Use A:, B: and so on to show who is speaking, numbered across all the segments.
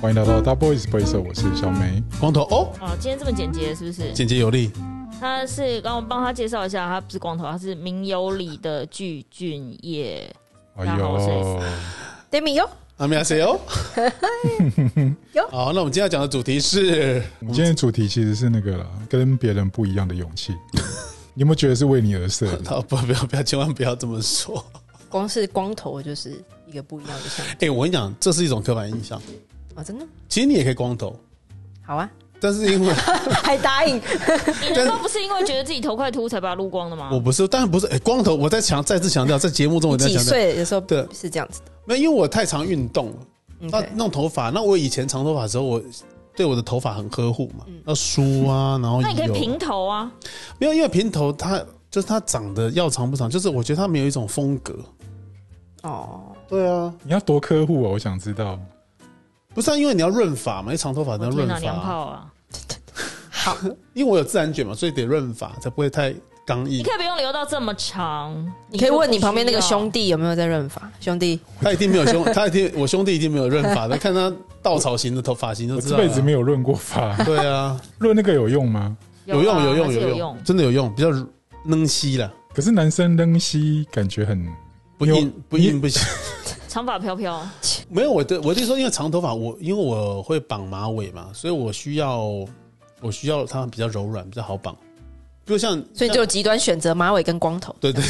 A: 欢迎来到 Double Espresso，我是小梅。
B: 光头哦，
C: 哦，今天这么简洁是不是？
B: 简洁有力。
C: 他是刚我帮他介绍一下，他不是光头，他是明有里的具俊晔。
A: 哎
C: 然后
A: 呦，
D: d e m i 哟，
B: 阿米亚谁 哦？ 好，那我们今天要讲的主题是
A: 我们今天的主题其实是那个啦，跟别人不一样的勇气。 你有没有觉得是为你而设 的？
B: 好，不不要不要，千万不要这么说。
D: 光是光头就是一个不一样的项目
B: 哎、我跟你讲，这是一种刻板印象。
D: 啊！真的
B: 其实你也可以光头，
D: 好 啊，
B: 但是 因为
D: 还答 应，
C: 你难道不是因为觉得自己头快秃才把它撸光的吗
B: 我？不是，当然不是。哎、光头，我在强再次强调，在节目中我一定
D: 几
B: 要强调，
D: 岁的时候
B: 对
D: 是这样子的。嗯
B: 没有，因为我太常运动了。
C: 嗯
B: 那
D: OK，
B: 弄头发，那我以前长头发的时候，我对我的头发很呵护嘛，要梳 啊，然后
C: 嗯那你可以
B: 有
C: 平头啊，
B: 没有，因为平头它就是它长得要长不长，就是我觉得它没有一种风格。
D: 哦，
B: 对啊，
A: 你要多呵护啊！我想知道，
B: 不是、啊、因为你要润发嘛，因为长头发你
C: 我
B: 要
C: 天
B: 润
C: 哪，
B: 发
C: 娘
B: 啊、
C: 炮啊！
D: 好，
B: 因为我有自然卷嘛，所以得润发才不会太刚
C: 你
B: 毅。
C: 可以不用留到这么长，
D: 你可以问你旁边那个兄
C: 弟，
D: 弟有没有在润发，兄弟
B: 他一定没有兄，他一定我兄弟一定没有润发的，看他稻草型的头发型就
A: 我
B: 知
A: 这
B: 道
A: 辈子
B: 了。
A: 没有润过 发，
B: 对啊，
A: 润那个有用吗？
B: 有用
C: 啊
B: 有用
C: 还是有
B: 用，。真的有用，比较能吸啦，
A: 可是男生扔西感觉很
B: 不
A: 有
B: 硬不硬不行。
C: 长发飘飘，
B: 没有，我的我弟说，因为长头发，我因为我会绑马尾嘛，所以我需要我需要它比较柔软，比较好绑。比如像，
D: 所以就有极端选择马尾跟光头，
B: 对对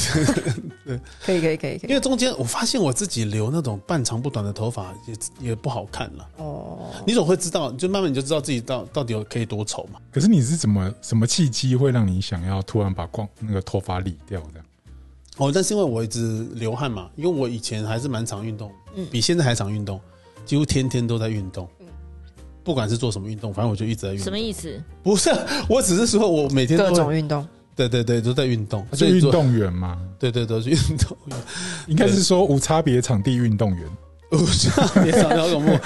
B: 对，
D: 可以可以可以可
B: 因为中间我发现我自己留那种半长不短的头发也也不好看了。
D: 以哦，
B: 你总会知道，就慢慢你就知道自己到到底有可以多丑嘛。
A: 可是你是怎么什么契机会让你想要突然把光那个头发理掉的？
B: 哦，但是因为我一直流汗嘛，因为我以前还是蛮常运动，
D: 嗯
B: 比现在还常运动，几乎天天都在运动。不管是做什么运动，反正我就一直在运动。
C: 什么意思？
B: 不是，我只是说我每天都
D: 各
B: 会
D: 种运动，
B: 对对对都在运动，
A: 哦就
B: 所以
A: 运
B: 做
A: 动员嘛，
B: 对对对，去运动
A: 应该是说无差别场地运动员。
B: 偶像也长得有 木，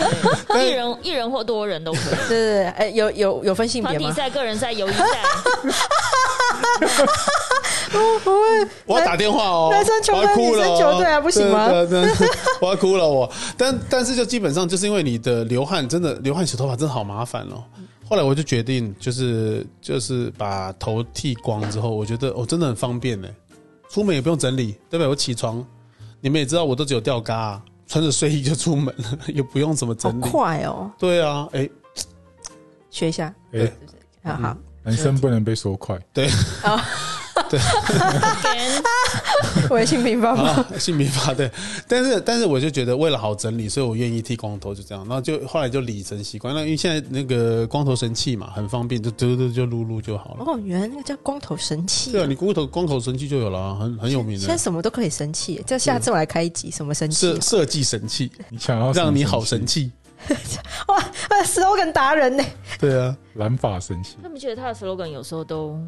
B: 哎
C: 一人一人或多人都可以，
D: 对对对，哎，有有有分性别
C: 团体
D: 吗？
C: 赛、个人赛、友谊赛，
B: 我要打电话哦，
D: 男生球队
B: 我要哭了哦
D: 女生球队啊不行吗
B: 对对对 我要哭了我，但但是就基本上就是因为你的流汗，真的流汗洗头发真的好麻烦哦。后来我就决定，就是就是把头剃光之后，我觉得哦真的很方便呢，出门也不用整理，对不对？我起床，你们也知道我都只有吊嘎、啊穿着睡衣就出门了， 也不用怎么
D: 好
B: 整理。
D: 快哦，
B: 对啊，哎，
D: 学一下，
A: 哎、
B: 对
D: 好 好，
A: 男生不能被说快，
C: 跟
D: 微信平方吗？
B: 啊，性别法对，但是但是我就觉得为了好整理，所以我愿意剃光头，就这样，然后就后来就理成习惯。那因为现在那个光头神器嘛，很方便，就嘟嘟就撸撸就好了。
D: 哦，原来那个叫光头神器
B: 对啊，，你光头光头神器就有了啊，很很有名
D: 现在
B: 的
D: 什么都可以神器，这下次我来开一集什么神器啊
B: 设？设计神器，
A: 你想要什么
B: 让你
A: 哦神
B: 好
A: 器
B: 神气。
D: 哇 啊，slogan 达人呢？
B: 对啊，
A: 染发神器。
C: 他们觉得他的 slogan 有时候都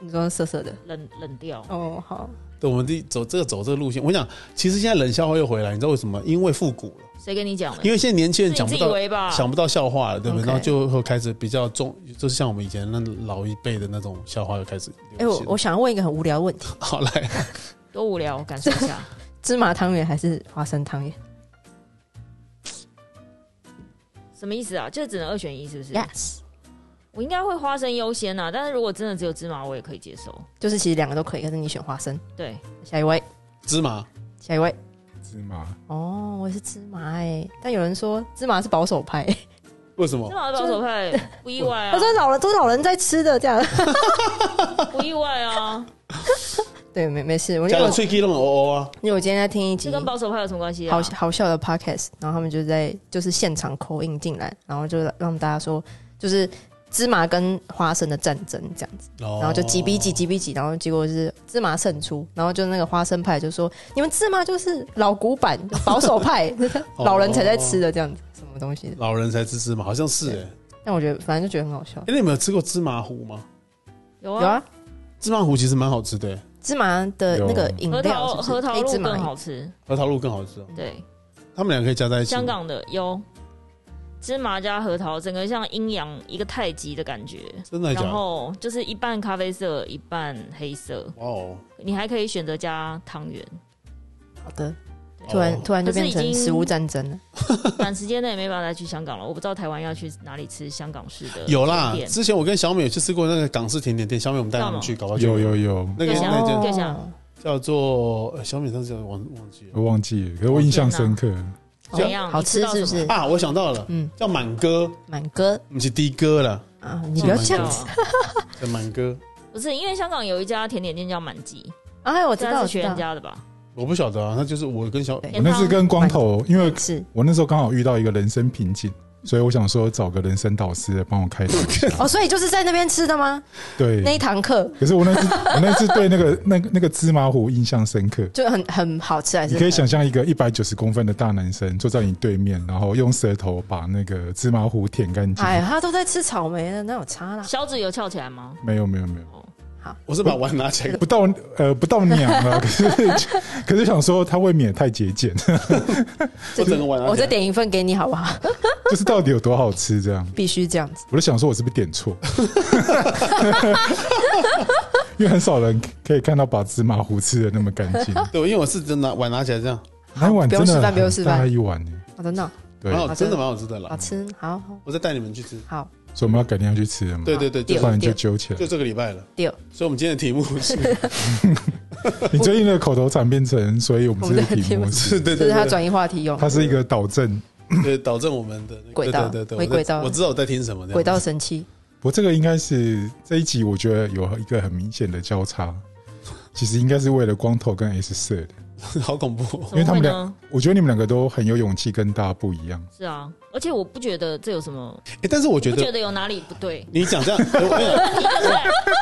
D: 你说色色的
C: 冷冷掉。
D: 哦，好，
B: 对，我们这走这个走这个路线，我想其实现在冷笑话又回来，你知道为什么？因为复古了，
C: 谁跟你讲的？
B: 因为现在年轻人
C: 是
B: 讲
C: 你
B: 不
C: 自以
B: 到。
C: 为吧？
B: 想不到笑话了，对不对
D: 啊 OK
B: 然后就会开始比较重，就是像我们以前那老一辈的那种笑话，又开始
D: 哎、
B: 流
D: 我
B: 行。
D: 我想要问一个很无聊的问题：
B: 好来，
C: 多无聊，感受一下。
D: 芝麻汤圆还是花生汤圆
C: 什么意思啊？就只能二选一，是不是
D: ？Yes，
C: 我应该会花生优先啊，但是如果真的只有芝麻，我也可以接受。
D: 就是其实两个都可以，可是你选花生。
C: 对，
D: 下一位，
B: 芝麻，
D: 下一位。
A: 芝麻，
D: 哦，我也是芝麻哎、但有人说芝麻是保守 派、
B: 为什么
C: 芝？麻的保守派 不意外
D: 他
C: 啊，
D: 哦说老人都是老人在吃的这样。
C: 不意外啊，
D: 对，没没事，我因
B: 加
D: 为
B: 了
D: 我
B: 脆鸡弄哦哦啊，
D: 因为我今天在听一集
C: 这跟保守派有什么关系啊
D: 好？好笑的 podcast，然后他们就在就是现场口音进来，然后就让大家说就是芝麻跟花生的战争这样子，
B: 然
D: 然后就几
A: 哦
D: 比
B: 哦
D: 几几比几，然后结果是芝麻胜出，然后就那个花生派就说你们芝麻就是老古板保守 派，老人才在吃
A: 哦
D: 的这样子，什么东西的。
B: 老人才吃芝麻，好像是哎、欸。
D: 但我觉得反正就觉得很好笑。
B: 哎、你们有吃过芝麻糊吗？
C: 有
D: 有
C: 啊，
D: 啊，
B: 芝麻糊其实蛮好吃的、欸，
D: 芝麻的那个饮
C: 核
D: 料
C: 桃
D: 是不是
C: 核桃
D: 啊黑
C: 露
D: 芝麻嗯
C: 更
D: 饮，
C: 好吃。
B: 核桃露更好吃、哦。
C: 对，
B: 他们俩可以加在一起。
C: 香港的有芝麻加核桃，整个像阴阳一个太极的感觉。
B: 真的假
C: 然
B: 的？哇
C: 后就是一半咖啡色，一半黑色。
B: 哦，
C: 你还可以选择加汤圆。
D: 好的，
C: 对
D: 突然
B: 哦
D: 突然就变
C: 可是
D: 成
C: 已经
D: 食物战争了。
C: 短时间内没办法再去香港了。我不知道台湾要去哪里吃香港式的
B: 有啦
C: 甜，点
B: 之前我跟小美有去吃过那个港式甜点店，小美我们带他们去，搞不好就
A: 有有有，
B: 那个那
C: 对想
B: 间
C: 对
D: 哦
C: 想
B: 叫做呃小美上次叫忘忘记
D: 嗯
B: 了
A: 我忘记了，可是我印象深刻。
D: 哦
C: 怎样
D: 好吃是不
C: 你
D: 是？
B: 啊，我想到了，
D: 嗯，
B: 叫满哥，
D: 满哥
B: 不是的哥了，
D: 啊，你不要这样子
C: 哦
B: 叫满哥，
C: 不是因为香港有一家甜点店叫满记，
D: 哎，我知
C: 这
D: 道，
C: 是
D: 我知
C: 学人
D: 道，
C: 家的吧？
B: 我不晓得啊，那就是我跟小
D: 对
A: 我那次跟光头，因为
D: 是
A: 我那时候刚好遇到一个人生瓶颈，所以我想说找个人生导师来帮我开导一 下。
D: 哦，所以就是在那边吃的吗？那一
A: 对，
D: 堂课
A: 可是我那次我那次对那个那那个芝麻糊印象深刻。
D: 就很很好吃，还是
A: 你可以
D: 很
A: 想象一个一百九十公分的大男生坐在你对面，然后用舌头把那个芝麻糊舔干净。
D: 哎，他都在吃草莓了，那有 差啦。
C: 小指有翘起来吗？
A: 没有没有没有，
B: 我是把碗拿起来，
A: 不到呃不到娘啊， 可是可是想说他未免也太节俭，
B: 我整个碗拿
D: 我
B: 起
D: 再
B: 来，
D: 点一份给你好不好？
A: 就是到底有多好吃这样。
D: 必须这样子。
A: 我就想说，我是不是点错？因为很少人可以看到把芝麻糊吃的那么干净，
B: 对，因为我是真拿碗拿起来这样，
A: 那一碗
D: 不用
A: 真
D: 示
A: 的
D: 范不用
A: 很
D: 示
A: 大
D: 范
A: 一碗呢。
D: 我啊真的
A: 对
B: 蛮，好，
D: 好
B: 真的
D: 的
B: 蛮好吃的啦
D: 好，吃，好好
B: 我再带你们去吃，
D: 好
A: 所以我们要改天要去吃了嘛。
B: 对对对，就
A: 不
D: 对
A: 然你就揪起来
B: 就。这个礼拜了，
D: 丢。
B: 所以我们今天的 题目 是，
A: 你最近的口头禅变成，所以我们这
D: 我
A: 个
D: 们的
A: 题目
B: 对
A: 是，
B: 对
D: 就
B: 对
D: 是他
B: 对，
D: 转移话题哦用
A: 它是一个导正。
B: 对导正我们的那个
D: 轨道
B: 对对对，
D: 回
B: 我在
D: 轨道
B: 我知道我在听什么，这样
D: 轨道神器，
A: 我这个应该是这一集，我觉得有一个很明显的交叉，其实应该是为了光头跟 S 色的。
B: 好恐怖哦，
A: 因为他们
C: 怎
A: 俩
C: 么会呢
A: 我觉得你们两个都很有勇气，跟大家不一样。
C: 是啊，而且我不觉得这有什么，
B: 哎，但是我觉
C: 不觉
B: 得，
C: 得有哪里不对
B: 你讲这 样，我跟你讲
C: 对不对？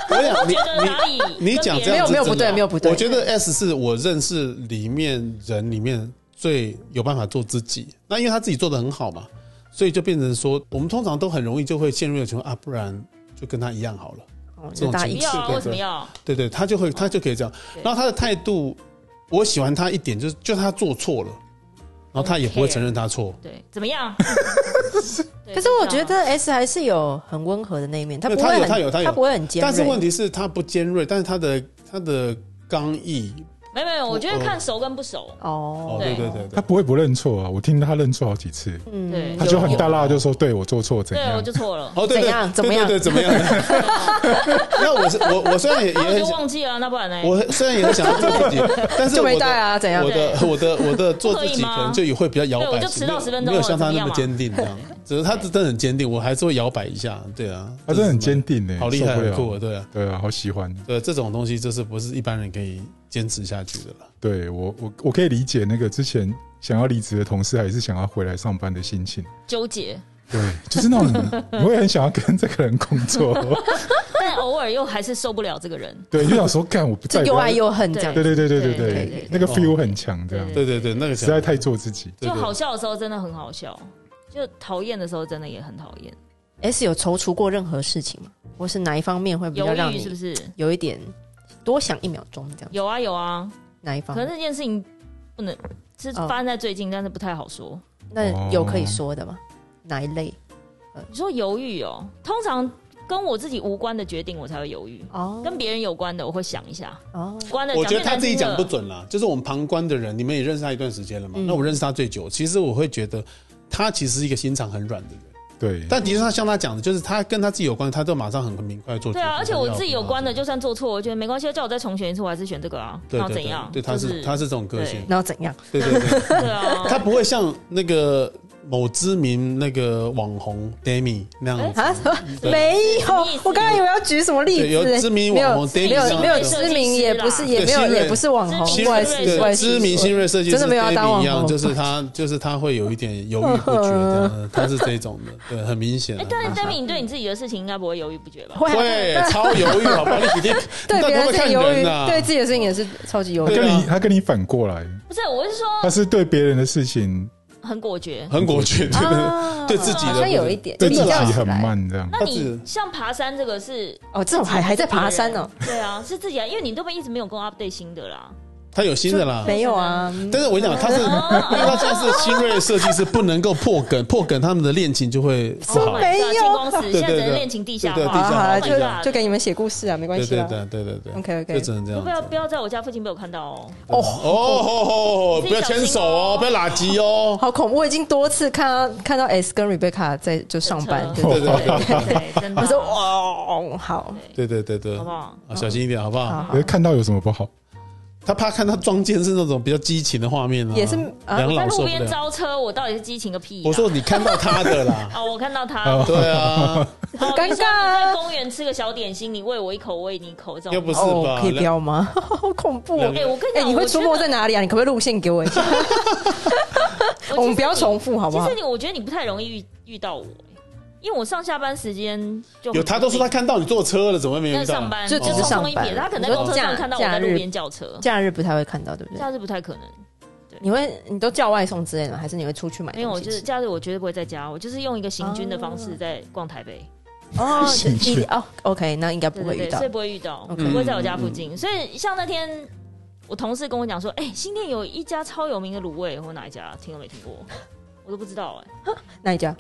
B: 我 跟你讲，
C: 觉
B: 你
C: 得哪里
B: 你讲这
D: 没
B: 样
D: 有
B: 子
D: 没有不对，
B: 真的啊
D: 没有不对。
B: 我觉得 S 是我认识里面人里面最有办法做自己。那因为他自己做的很好嘛，所以就变成说，我们通常都很容易就会陷入一个情况啊，不然就跟他一样好了。
D: 哦
B: 这种
D: 就大家
B: 情
D: 一
C: 不
D: 起
C: 要啊，
B: 对
C: 为什么要？
B: 对对，他就会他就可以这样。
C: 对
B: 然后他的态度，我喜欢他一点就是，就他做错了，然后他也不会
C: Don't care
B: 承认他错。
C: 对，怎么样？对
D: 可是我觉
C: 就这样啊
D: 得 S 还是有很温和的那一面，他
B: 对
D: 不会
B: 他有
D: 很
B: 他有他有
D: 不会很尖锐。
B: 但是问题是，他不尖锐，但是他的他的刚毅。
C: 没有没有，我觉
B: 我
C: 得看熟跟不熟，
B: 哦
D: 哦，，
B: 对
C: 对
B: 对对
A: 他
B: 对，
A: 不会不认错啊！我听他认错好几次，
C: 对
D: 嗯，
A: 他就很大啦，就说对我做错怎
C: 对我
A: 样
C: 就？错了，
B: 哦对对
D: 怎样怎么
B: 对对对怎么样？那我是我我虽然也也
C: 那我
B: 很
C: 就
B: 想
C: 忘记了，那不然呢？
B: 我虽然也很想要做自己，但是
D: 就
B: 我
D: 没
B: 的
D: 带啊，怎样
B: 我？的我的我的做自
C: 不可
B: 己
C: 以吗
B: 可能就也会比较摇摆，
C: 对我就迟到10分
B: 没
C: 钟
B: 有像他
C: 了怎么
B: 那
C: 样
B: 么
C: 嘛
B: 坚定这样。只是他真的很坚定，我还是会摇摆一下。对啊，
A: 他真的很坚定呢，
B: 好厉害，
A: 受不
B: 很
A: 了
B: 酷。对啊，
A: 对啊，好喜欢。
B: 对这种东西就是不是一般人可以坚持下去的了。
A: 对我我我可以理解那个之前想要离职的同事，还是想要回来上班的心情。
C: 纠结，
A: 对，就是那种你会很想要跟这个人工作，
C: 但偶尔又还是受不了这个人。
A: 对，就想说干我不在乎。
D: 这又爱又恨这
C: 对
D: 样
A: 对。对对对对
C: 对
A: 对
C: 对对
A: 那个 feel 很强，这样
C: 对
B: 对对对，那个
A: 实在太做自己。
B: 对
C: 就
B: 对
C: 好笑的时候真的很好笑，就讨厌的时候真的也很讨厌，
D: S 有踌躇过任何事情吗？或是哪一方面会比
C: 犹
D: 较让
C: 豫是不
D: 你
C: 是？
D: 有一点多想一秒钟这样？
C: 有啊有啊，
D: 哪一方
C: 可？是这件事情不能是
D: 哦
C: 发生在最近，但是不太好说。
D: 那有可
B: 哦
D: 以说的吗？哪一类？嗯
C: 你说犹豫哦，通常跟我自己无关的决定我才会犹豫，
D: 哦
C: 跟别人有关的我会想一下，
D: 哦，
C: 无关的
B: 我
C: 讲
B: 觉得
C: 最
B: 他
C: 难
B: 自己
C: 听
B: 讲
C: 的
B: 不准啦，就是我们旁观的人，你们也认识他一段时间了嘛？
D: 嗯
B: 那我认识他最久，其实我会觉得他其实是一个心肠很软的人。
C: 嗯
A: 对，
B: 但的确，他像他讲的，就是他跟他自己有关，他都马上很明快地做决
C: 对
B: 定。
C: 啊，而且我自己有关的，
B: 就
C: 就算做错，我觉得没关系，叫我再重选一次，我还是选这个啊，
B: 对
C: 那
B: 对
C: 怎
B: 对
C: 样？
B: 对，他
C: 就是
B: 他是这种个性，
D: 然后怎 样？
B: 对对 对，
C: 对啊，
B: 他不会像那个某知名那个网红 Demi 那样子，
D: 啊？什么
B: 对
D: 没有
C: 什么意思，
D: 我刚才以为要举什么例
B: 对，有
D: 子
B: 知
D: 欸，
B: 名
D: 没
B: 网
D: 有
B: 红 Demi
D: 没
B: 这样
D: 有没有
C: 知
D: 知名，也不是也
B: 对
D: 没有
B: 新锐
D: 也不是网
C: 知
D: 红，
B: 新
C: 名
D: 不好意
B: 锐
D: 思
C: 对
D: 不
B: 哦
D: 好
B: 对
D: 意思
B: 知名新锐设计师
D: 真的没有要当
B: Demi 一样，
D: 网红
B: 就是他就是他会有一点犹豫不 决这样，他是这种的，对，很明显
C: 哎，。但是 d a m i 你对你自己的事情应该不会犹豫不决吧？
D: 会
B: 会
D: 啊
B: 超犹豫，好不好？你你
D: 对
B: 你到底会
D: 对别
B: 不
D: 人
B: 会看
D: 是犹豫
B: 人啊？，
D: 对自己的事情也是超级犹
A: 他
D: 豫
B: 对。
A: 跟
B: 啊
A: 你他跟你反过来，
C: 不是，我是说
A: 他是对别人的事情
C: 很果决。
B: 很果决，对
D: 啊
B: 对自己的
D: 好像有一点，
A: 对
D: 比
A: 自己
D: 较起
A: 很
D: 来
A: 慢这样。
C: 那你
B: 是
C: 像爬山这个是
D: 哦，这种还还在爬山呢、
C: 对啊，是自己啊，因为你都没一直没有跟我哦 update 新的啦。
B: 它有新的啦。
D: 没有啊，
B: 但是我跟你讲，它是因为它现在是新锐的设计是不能够破梗，破梗他们的恋情就会不好
C: Oh my。
D: 没
C: god，
D: 有
C: 金光石
B: 对对
C: 现在只
B: 对
C: 能恋情地下
B: 对对
D: 好
C: 化
D: 了。好了，
B: 地下化
C: 地下
D: 就就给你们写故事啊，没关
B: 对
D: 系
B: 对
D: 啦。
B: 对对对对
D: OK，OK
B: 就只能这样
C: 不
B: 子。
C: 要不要在我家附近被我看到哦！
B: 哦哦，不要牵手哦，不要拉鸡哦。
D: 好恐怖！我已经多次看到看到 S 跟 Rebecca 在就 上班，
C: 对
D: 对对
B: 对对对
C: 对， 真的。啊
D: 我说哇， 哦，好，
B: 对对对对，
C: 好不好？
B: 啊，小心一点好不好？
D: 好
A: 可是看到有什么不好？哦
B: 他怕看到撞见是那种比较激情的画面啊，
D: 也是啊
B: 两
C: 在
B: 老受
C: 路
B: 不
C: 边
B: 了。
C: 招车，我到底是激情个屁、啊！
B: 我说你看到他的啦，
C: 啊，我看到他，
A: 哦
B: 对啊，
C: 好
D: 尴尬啊
C: 你像你在公园吃个小点心，你喂我一口，我喂你一口，这
B: 又
C: 种。
B: 不是
D: 哦，
B: 吧
D: 可？以标吗？ 好恐怖！
B: 两
D: 哦
B: 个！
C: 哎、我跟你
D: 哎，
C: 讲，
D: 你会出没
C: 我觉
D: 在哪里啊？你可不可以路线给我一下？哦
C: 得
D: 我们不要
C: 其实你
D: 重复好不好
C: 其实？你，我觉得你不太容易遇遇到我、哎因为我上下班时间就
B: 有他都说他看到你坐车了，怎么会没有
C: 在
B: 遇到？
C: 上班，哦
D: 就只
C: 匆
D: 是
C: 匆
D: 啊上班
C: 一瞥他可能在公车上看到我在路边叫车，
D: 假日不哦太会看到，对不对？
C: 假日不太可能。
D: 你会你都叫外送之类的吗，还是你会出去买东
C: 因
D: 西
C: 为
D: 吃？
C: 我就是假日，我绝对不会在家，我就是用一个行军的方式在逛台北。
D: 哦，
A: 兴趣
D: 你 哦，OK，那应该
C: 对
D: 不
C: 对
D: 会
C: 对，
D: 遇到嗯
C: 所以。不会遇到，
D: OK
C: 不会在我家附近。所以像那天。我同事跟我讲说，哎、新店有一家超有名的卤味，我哪一家听都没听过， 我都不知道哎、
D: 那一家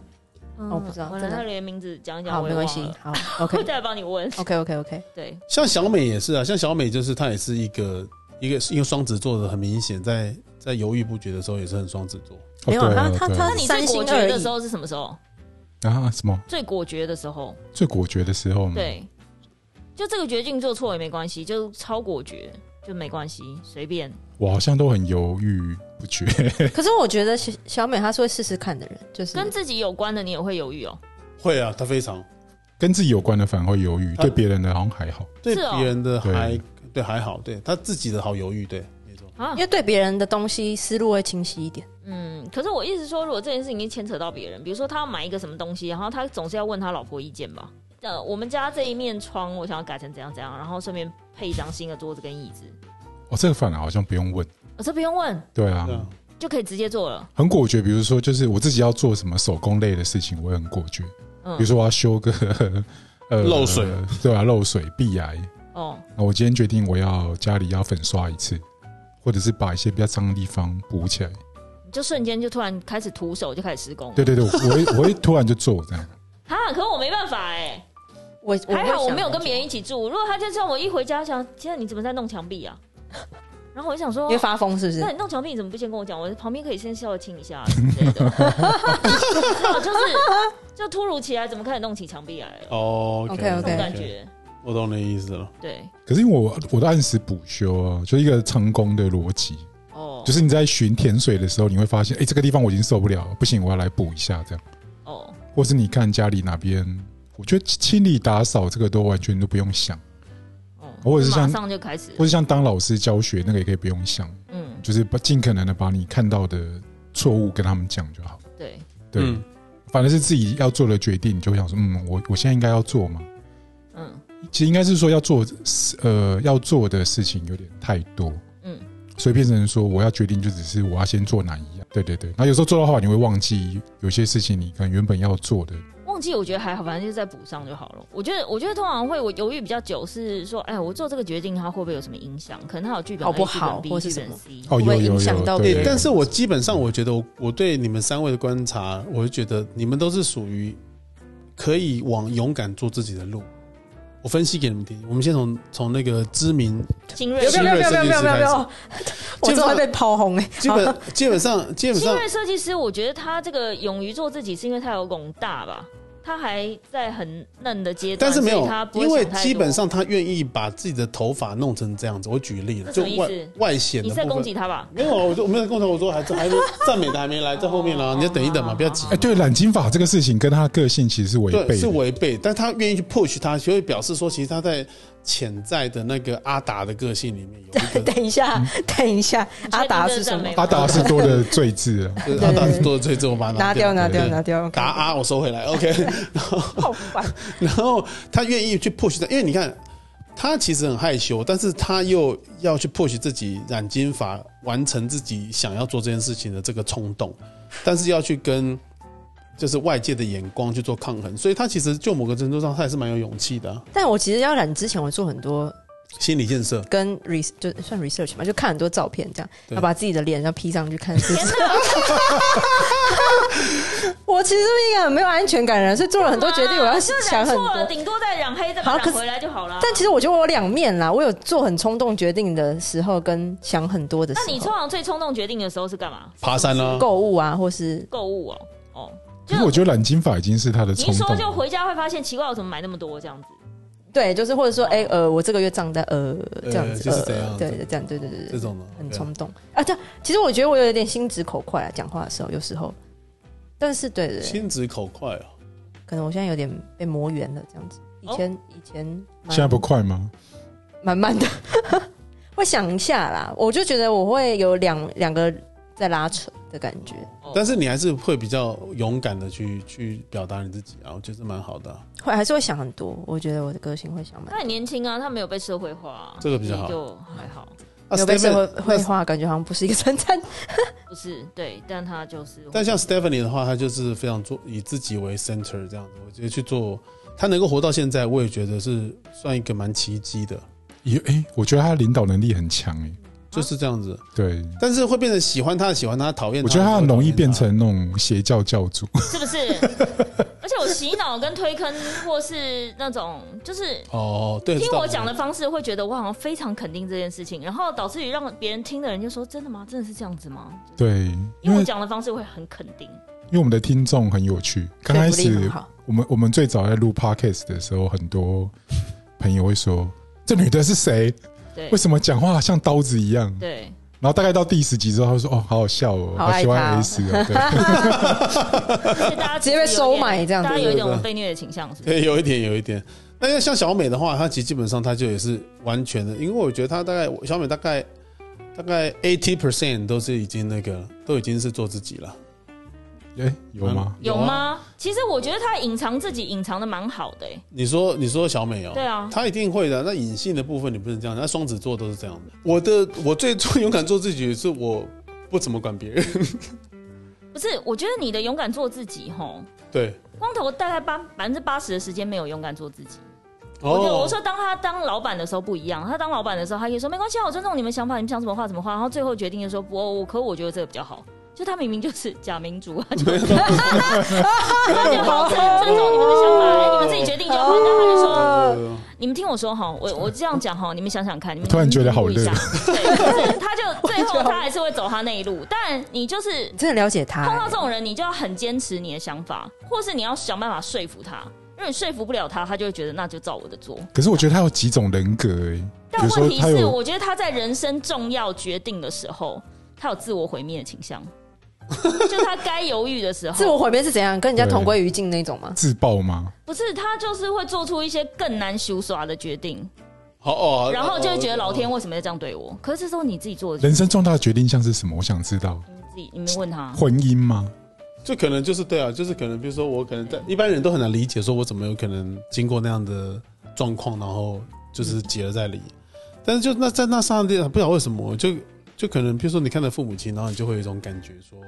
C: 嗯
D: 哦不知道
C: 我
D: 真的
C: 他连名字讲一讲，
D: 好，
C: 我
D: 没
C: 也忘
D: 关
C: 了
D: 系，哦好
C: 我
D: ，OK，OK，OK
C: 再来帮你问。
D: OK OK。
C: 对，
B: 像小美也是啊，像小美就是她也是一个一个因为双子座的，很明显在在犹豫不决的时候也是很双子座。
A: 哦
D: 没有
A: 对啊
D: 他他
A: 对啊
C: 那
D: 他
C: 你最
D: 三心
C: 果
D: 二
C: 决
D: 意
C: 的时候是什么时候？
A: 啊什么
C: 最果决的时候，
A: 最果决的时候吗？
C: 对，就这个决定做错也没关系，就超果决就没关系，随便。
A: 我好像都很犹豫不决。
D: 可是我觉得小小美她是会试试看的人，就是
C: 跟自己有关的你也会犹豫哦。
B: 会啊，她非常
A: 跟自己有关的反而会犹豫，
B: 他
A: 对别人的好像还好。
B: 对
C: 是哦
B: 别人的还
A: 对
B: 对还好，对她自己的好犹豫，对，没错。
C: 啊
D: 因，为对别人的东西思路会清晰一点。
C: 嗯，可是我意思说，如果这件事情已经牵扯到别人，比如说他要买一个什么东西，然后他总是要问他老婆意见吧。呃，我们家这一面窗我想要改成怎样怎样，然后顺便配一张新的桌子跟椅子，
A: 哦，这个反而好像不用问。
C: 我、这不用问
A: 对啊，
B: 对啊，
C: 就可以直接做了。
A: 很果决。比如说，就是我自己要做什么手工类的事情，我也很果决。
C: 嗯
A: 比如，说，我要修个 呃
B: 漏水，
A: 对啊，漏水、壁癌。
C: 哦，
A: 那我今天决定，我要家里要粉刷一次，或者是把一些比较脏的地方补起来。
C: 你就瞬间就突然开始徒手就开始施工了。
A: 对对对，我会我会突然就做这样。
C: 啊，可我没办法哎、
D: 我
C: 还好我没有跟
D: 人。
C: 别人一起住。如果他就叫我一回家想，天啊，你怎么在弄墙壁啊？然后我就想说
D: 因为，发疯是不是
C: 那？你弄墙壁你怎么不先跟我讲？我旁边可以先稍微清一下啊之类 的。 那我就是就突如其来，怎么开始弄起墙壁来了？
B: 哦
D: OK，OK
C: 这种感觉，
B: 我懂你的意思了。
C: 对，
A: 可是因为我我都按时补休啊，就一个成功的逻辑，
C: 哦，
A: 就是你在寻甜水的时候，你会发现，哎、这个地方我已经受不了了，不行，我要来补一下这样。
C: 哦，
A: 或是你看家里哪边，我觉得清理打扫这个都完全都不用想，
C: 哦，
A: 或者是
C: 就马
A: 像
C: 上就开始，
A: 或是像当老师教学那个也可以不用想，
C: 嗯，
A: 就是把尽可能的把你看到的错误跟他们讲就好。
C: 对，
A: 对，
B: 嗯
A: 反正是自己要做的决定，你就会想说，嗯，我我现在应该要做吗？
C: 嗯
A: 其实应该是说要做，呃，要做的事情有点太多，
C: 嗯，
A: 所以变成说我要决定就只是我要先做哪一样。对对对，那有时候做到后来你会忘记有些事情你可能原本要做的，
C: 忘记我觉得还好，反正就是再补上就好了。我觉得，我觉得通常会我犹豫比较久是说，哎，我做这个决定它会不会有什么影响？可能它有剧本
D: 好哦不
C: A 剧本
D: 好
C: B,
D: 或是
C: 剧
D: 什
C: 本
D: 么
C: C
A: 哦，
D: 会不
A: 有
D: 会
A: 有
D: 影响
A: 有，
D: 到
A: 对
D: 别
B: 欸
D: 人，
B: 但是我基本上我觉得我我对你们三位的观察，我就觉得你们都是属于可以往勇敢做自己的路。我分析给你们听，我们先从从那个知名，
C: 新
D: 不
C: 锐
D: 要不
B: 新
D: 要
B: 锐
D: 不要不要不要不要不
B: 设
D: 要！我真的会被炮轰哎！
B: 基 本基本上基本
C: 新
B: 上
C: 锐设计师，我觉得他这个勇于做自己，是因为他有拱大吧，他还在很嫩的阶段，
B: 但是没
C: 所
B: 有
C: 以他，不会
B: 因为
C: 想太多
B: 基本上他愿意把自己的头发弄成这样子。我举例了，
C: 这
B: 就
C: 什么
B: 外
C: 意思
B: 外显
C: 你
B: 的
C: 是在
B: 部
C: 攻
B: 分
C: 击。他吧？
B: 没有啊，我就我没有跟他我说还这还没赞美的还没来，在后面啦，
C: 哦
B: 你就等一等嘛，不要急
A: 哎、。对，染金发这个事情跟他的个性其实是违
B: 对，
A: 背
B: 是
A: 的。
B: 违背，但他愿意去 push 他，所以表示说，其实他在潜在的那个阿达的个性里面有一个，
D: 等一下，
B: 嗯
D: 等一下，
C: 确定
D: 阿达
C: 这
D: 是
C: 是
D: 什么
C: 赞美？吗
A: 阿达是多的罪字 啊，
B: 就是阿达是多的最终把它
D: 拿掉拿掉
B: 对
D: 拿掉，
B: 达阿我收回来，OK。
D: 好烦！
B: 然后他愿意去 push 他，因为你看他其实很害羞，但是他又要去 push 自己染金发，完成自己想要做这件事情的这个冲动，但是要去跟就是外界的眼光去做抗衡，所以他其实就某个程度上他也是蛮有勇气的啊、
D: 但我其实要染之前，我做很多
B: 心理建设。
D: 跟 re 就算 research 嘛，就看很多照片这样，
B: 对
D: 然后把自己的脸要 P 上去看是不是。 我其实是一个很没有安全感的人，所以做了很多决定，
C: 啊
D: 我要想
C: 染
D: 很
C: 错了，
D: 多。
C: 顶多再染黑，再
D: 好
C: 把它
D: 可
C: 染
D: 是
C: 回来就好了。
D: 但其实我觉得我有两面啦，我有做很冲动决定的时候，跟想很多的时
C: 那
D: 候。
C: 你通常最冲动决定的时候是干嘛？
B: 爬山啦、
D: 购物啊，或是
C: 购物哦，哦，
A: 可是我觉得染金发已经是他的
C: 你一
A: 冲
C: 说
A: 动
C: 就
A: 了，
C: 回家会发现奇怪，我怎么买那么多这样子？
D: 对，就是或者说，哎、呃，我这个月账单，呃，这样子，
B: 就是这样
D: 呃，对，这样，对对对对
B: 这种的，
D: 很
B: 对
D: 冲动啊！这样其实我觉得我有点心直口快啊，讲话的时候有时候，但是对对对，
B: 心直口快哦。
D: 可能我现在有点被磨圆了，这样子。以前、以前蛮
A: 现在不快吗？
D: 慢慢的， 会想一下啦。我就觉得我会有两两个在拉扯的感觉，
C: 哦
B: 但是你还是会比较勇敢的去去表达你自己啊，我觉得是蛮好的啊、
D: 会还是会想很多。我觉得我的个性会想蛮
C: 他很年轻啊，他没有被社会化啊，
B: 这个比较好
C: 所以就还好，
B: 啊
D: 没有被社会
B: Stephen-
D: 会化，感觉好像不是一个称赞。
C: 不是对，但他就是
B: 但像 Stephanie 的话，她就是非常做以自己为 center 这样子，我觉得去做，她能够活到现在，我也觉得是算一个蛮奇迹的，
A: 也哎、我觉得他的领导能力很强哎、
B: 就是这样子。
A: 对，
B: 但是会变成喜欢她的喜欢她，讨厌她
A: 我觉得他很容易变
B: 讨厌
A: 成那种邪教教主，
C: 是不是？而且我洗脑跟推坑，或是那种就是
B: 她哦，对，
C: 听
B: 知道
C: 我讲的方式，会觉得我好像非常肯定这件事情，然后导致于让别人听的人就说：“真的吗？真的是这样子吗
A: 对，？”
C: 因
A: 因
C: 为
A: 为
C: 我讲的方式会很肯定，
A: 因为我们的听众很有趣，刚开
D: 说服力很
A: 始
D: 好，
A: 我们我们最早在录 podcast 的时候，很多朋友会说。这女的是谁？
C: 对
A: 为什么讲话像刀子一样？
C: 对，
A: 然后大概到第十集之后，他说：“哦，好好笑哦，
D: 好
A: 好喜
D: 爱她
A: 欢
D: 哦
A: S 哦。”对，
C: 而且大家 其实
D: 直接被
C: 有点
D: 收买这样子
C: 大家有
B: 对
C: 一
B: 对
C: 种
B: 对
C: 被虐的倾向，是不是？
B: 对，有一点，有一点。那要像小美的话，她其实基本上她就也是完全的，因为我觉得她大概小美大概大概 eighty percent 都是已经那个都已经是做自己了，
A: 哎、有吗？
C: 有
B: 啊？
C: 吗？其实我觉得他隐藏自己隐藏的蛮好的、欸，
B: 你说你说小美哦，
C: 对啊
B: 她一定会的。那隐性的部分你不能这样，那双子座都是这样的。我的我最最 勇敢做自己是我不怎么管别人，
C: 不是？我觉得你的勇敢做自己，吼，
B: 对。
C: 光头大概八百分之八十的时间没有勇敢做自己。我就
B: 哦，
C: 我说，当他当老板的时候不一样，他当老板的时候，他可以说没关系，啊，我尊重你们想法，你们想怎么画怎么画，然后最后决定就说不，我可我觉得这个比较好。就他明明就是假民主 啊，就他就好尊尊重你们的想法，哎，你们自己决定就好。那他就说，
B: 呃
C: 你们听我说哈，我我这样讲哈，你们想想看，你们
A: 突然觉得好热
C: 你们评估一下对，可是他就最后他还是会走他那一路，但 你就是
A: 哎
D: 你真的了解他、
C: 碰到
D: 欸
C: 这种人，你就要很坚持你的想法，或是你要想办法说服他，因为你说服不了他，他就会觉得那就照我的做。
A: 可是我觉得他有几种人格哎、比
C: 但
A: 如
C: 问
A: 说
C: 题
A: 他
C: 是，
A: 有
C: 我觉得他在人生重要决定的时候，他有自我毁灭的倾向， 就他该犹豫的时候，
D: 自我毁灭是怎样？跟人家同归于尽那种吗？
A: 自爆吗？
C: 不是他就是会做出一些更难修刷的决定，
B: 好哦，
C: 然后就会觉得老天
B: 哦，
C: 为什么要这样对我？可是这时候你自己做的决
A: 人
C: 定，
A: 生重大的决定像是什么？我想知道，
C: 你自己你们问他，
A: 婚姻吗？
B: 就可能就是对啊，就是可能比如说我可能在一般人都很难理解，说我怎么有可能经过那样的状况，然后就是结了再离。但是就那在那刹那间，不知道为什么，就就可能比如说你看到父母亲，然后你就会有一种感觉说，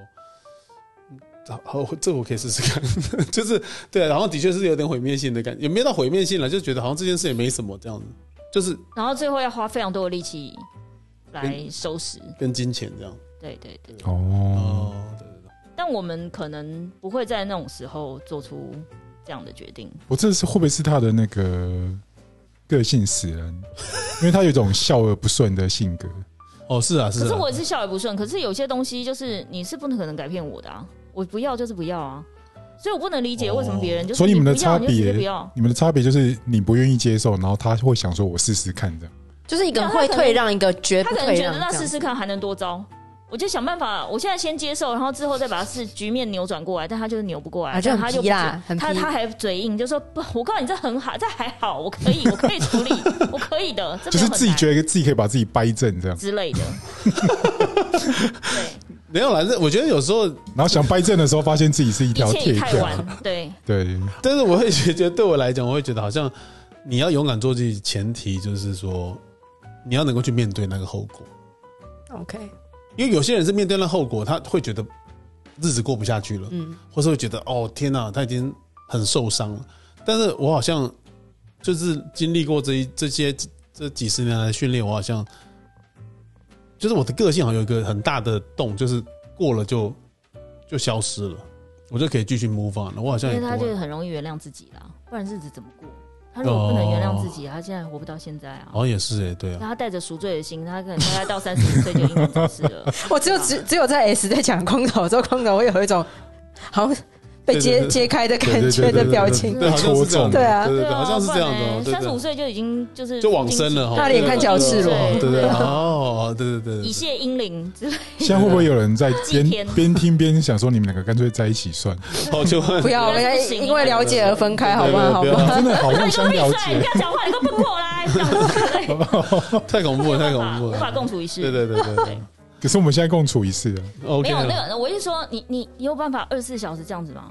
B: 嗯好，好这我可以试试看， 就是对啊，然后的确是有点毁灭性的感觉，也没到毁灭性了，就觉得好像这件事也没什么这样子，就是
C: 然后最后要花非常多的力气来收拾。
B: 跟金钱这样。
C: 对对对，
A: 哦，
B: 哦，对对对，
C: 但我们可能不会在那种时候做出这样的决定。
A: 我这是会不会是他的那个个性使然？因为他有一种笑而不顺的性格。
B: 哦是啊是啊，
C: 可是我也是笑而不顺。可是有些东西就是你是不能可能改变我的啊，我不要就是不要啊，所以我不能理解为什么别人就是
A: 哦所以你们的
C: 不
A: 差
C: 要你就直接
A: 别
C: 不要。
A: 你们的差别就是你不愿意接受，然后他会想说：“我试试看。”这样
D: 就是一
C: 啊
D: 个会退让，一个绝
C: 他
D: 不啊
C: 可能
D: 退
C: 觉
D: 让
C: 得
D: 这
C: 那
D: 样
C: 试
D: 子。
C: 试看还能多招，我就想办法，我现在先接受，然后之后再把是局面扭转过来，但他就是扭不过来，
D: 啊就很
C: 但他就
D: 皮
C: 不
D: 啦
C: 接
D: 很
C: 他
D: 皮
C: 他还嘴硬，就说不，我告诉你这很好，这还好，我可以，我可以处 理，我可以的，这没
A: 就是
C: 有很
A: 自己
C: 难
A: 觉得自己可以把自己掰正这样，
C: 之 类的。对，
B: 没有啦，这我觉得有时候
A: 然后想掰正的时候，发现自己是一条
C: 一切
A: 铁
C: 以太
A: 条。
C: 晚，对，
A: 对，
B: 但是我会觉得，对我来讲，我会觉得好像你要勇敢做自己，前提就是说你要能够去面对那个后果。
D: OK，
B: 因为有些人是面对那后果，他会觉得日子过不下去了，
D: 嗯，
B: 或是会觉得哦天哪、他已经很受伤了。但是我好像就是经历过这一这些这几十年来的训练，我好像就是我的个性好像有一个很大的洞，就是过了就就消失了，我就可以继续 move on 了。我好像
C: 因
B: 也
C: 为
B: 不
C: 他
B: 会
C: 就很容易原谅自己啦，不然日子怎么过？他如果不能原谅自
B: 哦
C: 己，他现在活不到现在啊。
B: 好像也是哎、对啊，
C: 那他带着赎罪的心，他可能大概到三十五岁就英年早逝了。 啊
D: 我只有只只有在 S 在讲空投，之后空投我有一种好像
B: 对
D: 被
B: 对
D: 揭
B: 对
D: 揭开的
A: 对
D: 感
A: 对
D: 觉
A: 对
D: 的
A: 对
D: 表
A: 对对
D: 情。
B: 对，好像是这样的，
D: 对啊
B: 对对
C: 对啊
B: 对，好像是这样的哦，对
C: 三十五
B: 对
C: 岁就已经就是
B: 就往生了哈，哦
D: 大脸看脚赤裸
B: 对对
C: 对
B: 对，
C: 啊
B: 哦，对对对
C: 已
B: 对，
C: 谢英灵 之类。
A: 现在会不会有人在
C: 祭
A: 边
C: 天
A: 边听边想说你们两个干脆在一起 算？
B: 好哦就会
D: 不要，我们因为了解而分开，好吗？好
B: 对对
D: 吗？
C: 啊
B: 对
A: 你真的好
C: 那
A: 互
C: 哎你给我
A: 相了
C: 闭
A: 解
C: 嘴！不， 要讲话，你给我奔 过来！这样子之类的
B: 太恐怖了，太
C: 没有
B: 恐
C: 办法
B: 怖
C: 无法
B: 了，
C: 共处一室。
B: 对对对对对
A: 可是我们现在共处一室啊。
B: ，OK，
C: 没有那
B: 了
C: 个，我是说，你你你有办法二十四小时这样子吗？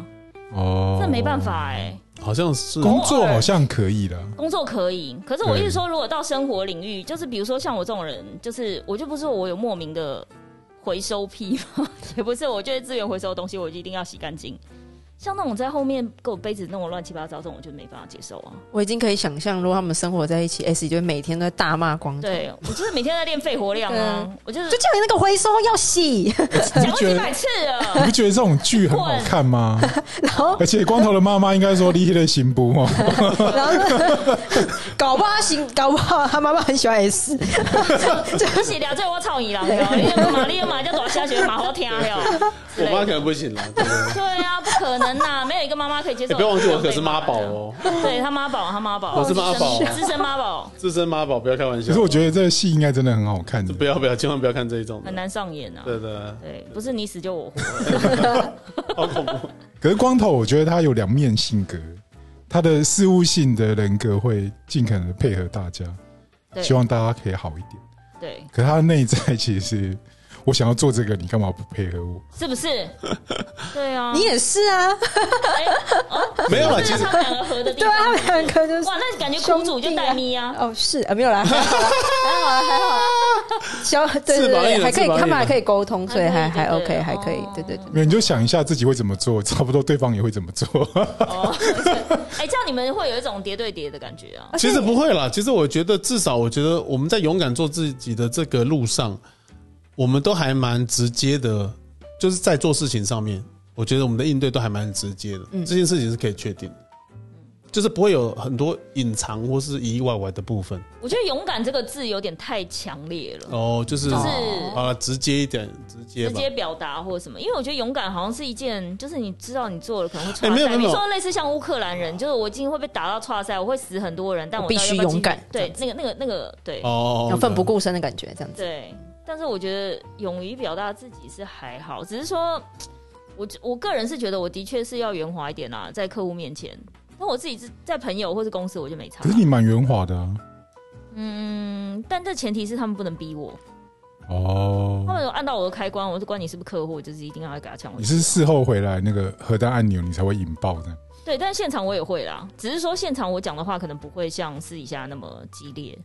A: 哦，
C: 这没办法哎，
B: 好像是
A: 工作好像可以 了，
C: 工作可以，可是我一直说，如果到生活领域，就是比如说像我这种人，就是我就不是说我有莫名的回收癖嘛， 也不是，我觉得资源回收的东西，我就一定要洗干净。像那种在后面给我杯子弄得乱七八糟这种，我就没办法接受啊。
D: 我已经可以想象，如果他们生活在一起，S 就会每天都在大骂
B: 嗯
D: 光头。
C: 对我就是每天在练肺活量啊，我就是
D: 就叫你那个回收要洗，
C: 讲
A: 你
C: 过
A: 觉
C: 几
A: 得
C: 百次
A: 你
C: 了。
A: 不觉得这种剧很好看 吗？
D: 然后
A: 而且光头的妈妈应该说厉害的行不哦，
D: 然后 搞不好他行，搞不好他妈妈很喜欢 S，
C: 啊不是聊这我操你狼了，你干 嘛你干嘛叫大声学马好听了？
B: 我妈可能不行了，对对对
C: 对啊，不可能呐、没有一个妈妈可以 接
B: 哎
C: 受。
B: 不要忘记我可是妈宝，哦，
C: 对他妈宝，他妈宝，
B: 我是妈宝
C: 资深资深妈宝，
B: 自身妈宝，不要开玩笑。
A: 可是我觉得这个戏应该真的很好看的
B: 不要不要，千万不要看这一种的
C: 很，难上演啊。
B: 对对对，
C: 对，不是你死就我 活。
B: 好恐怖。
A: 可是光头，我觉得他有两面性格，他的事务性的人格会尽可能地配合大家，
C: 对
A: 希望大家可以好一点。
C: 对，
A: 可他的内在其实是，我想要做这个，你干嘛不配合我？
C: 是 不是？对啊，
D: 你也是啊，
C: 哎 哦
B: 没有 啦
C: 这就
B: 其
C: 是
B: 实
C: 他们两个合的地
D: 对啊，他
C: 方。
D: 们两个就是
C: 哇，那感觉苦主就带咪啊，
D: 哦，是啊，没有啦，还好啦，还好啦，还 好啦。小对对
B: 翅膀硬
D: 对，
B: 了
D: 还可以，
B: 翅膀硬了
D: 他们还可以沟通，所以还还
C: 还可以
D: OK，
C: 对
D: 还可以
C: 哦，
D: 啊对对对。
A: 没有，你就想一下自己会怎么做，差不多对方也会怎么做。
B: 啊
C: 哦，哎，这样你们会有一种叠对叠的感觉啊。
D: 而且
B: 其实不会啦，其实我觉得至少我觉得我们在勇敢做自己的这个路上，我们都还蛮直接的，就是在做事情上面，我觉得我们的应对都还蛮直接的，
C: 嗯
B: 这件事情是可以确定的，就是不会有很多隐藏或是意意外外的部分。
C: 我觉得勇敢这个字有点太强烈了，
B: 哦，就是
C: 就是
B: 啊，直接一点，直接
C: 直
B: 吧。
C: 接表达或者什么，因为我觉得勇敢好像是一件，就是你知道你做了可能会
B: 哎
C: 挫
B: 没有
C: 赛。
B: 没
C: 你
B: 有
C: 说类似像乌克兰人，就是我今天会被打到挫赛，我会死很多人，但我
D: 我必须
C: 到底要不要继续
D: 勇敢
C: 对，那个那个那个，对
B: 哦，
D: 要奋不顾身的感觉，这样子。
C: 对。但是我觉得勇于表达自己是还好，只是说，我我个人是觉得我的确是要圆滑一点啦，在客户面前。那我自己是在朋友或是公司，我就没差
A: 可。是你蛮圆滑的啊。
C: 嗯，但这前提是他们不能逼我，他
A: 哦，
C: 们有按到我的开关，我就管你是不是客户，我就是一定要给他抢回
A: 你
C: 去。
A: 是事后回来那个核弹按钮，你才会引爆的。
C: 对，但现场我也会啦，只是说现场我讲的话可能不会像私底下那么激烈，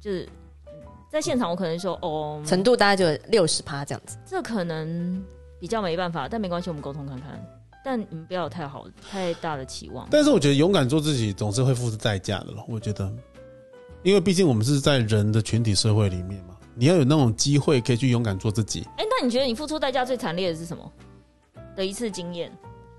C: 就是嗯在现场我可能说哦，
D: 程度大概就六十趴这样子，
C: 这可能比较没办法，但没关系，我们沟通看看。但你们不要有太好太大的期望。
B: 但是我觉得勇敢做自己总是会付出代价的了。我觉得，因为毕竟我们是在人的群体社会里面嘛，你要有那种机会可以去勇敢做自己。
C: 哎、那你觉得你付出代价最惨烈的是什么的一次经验？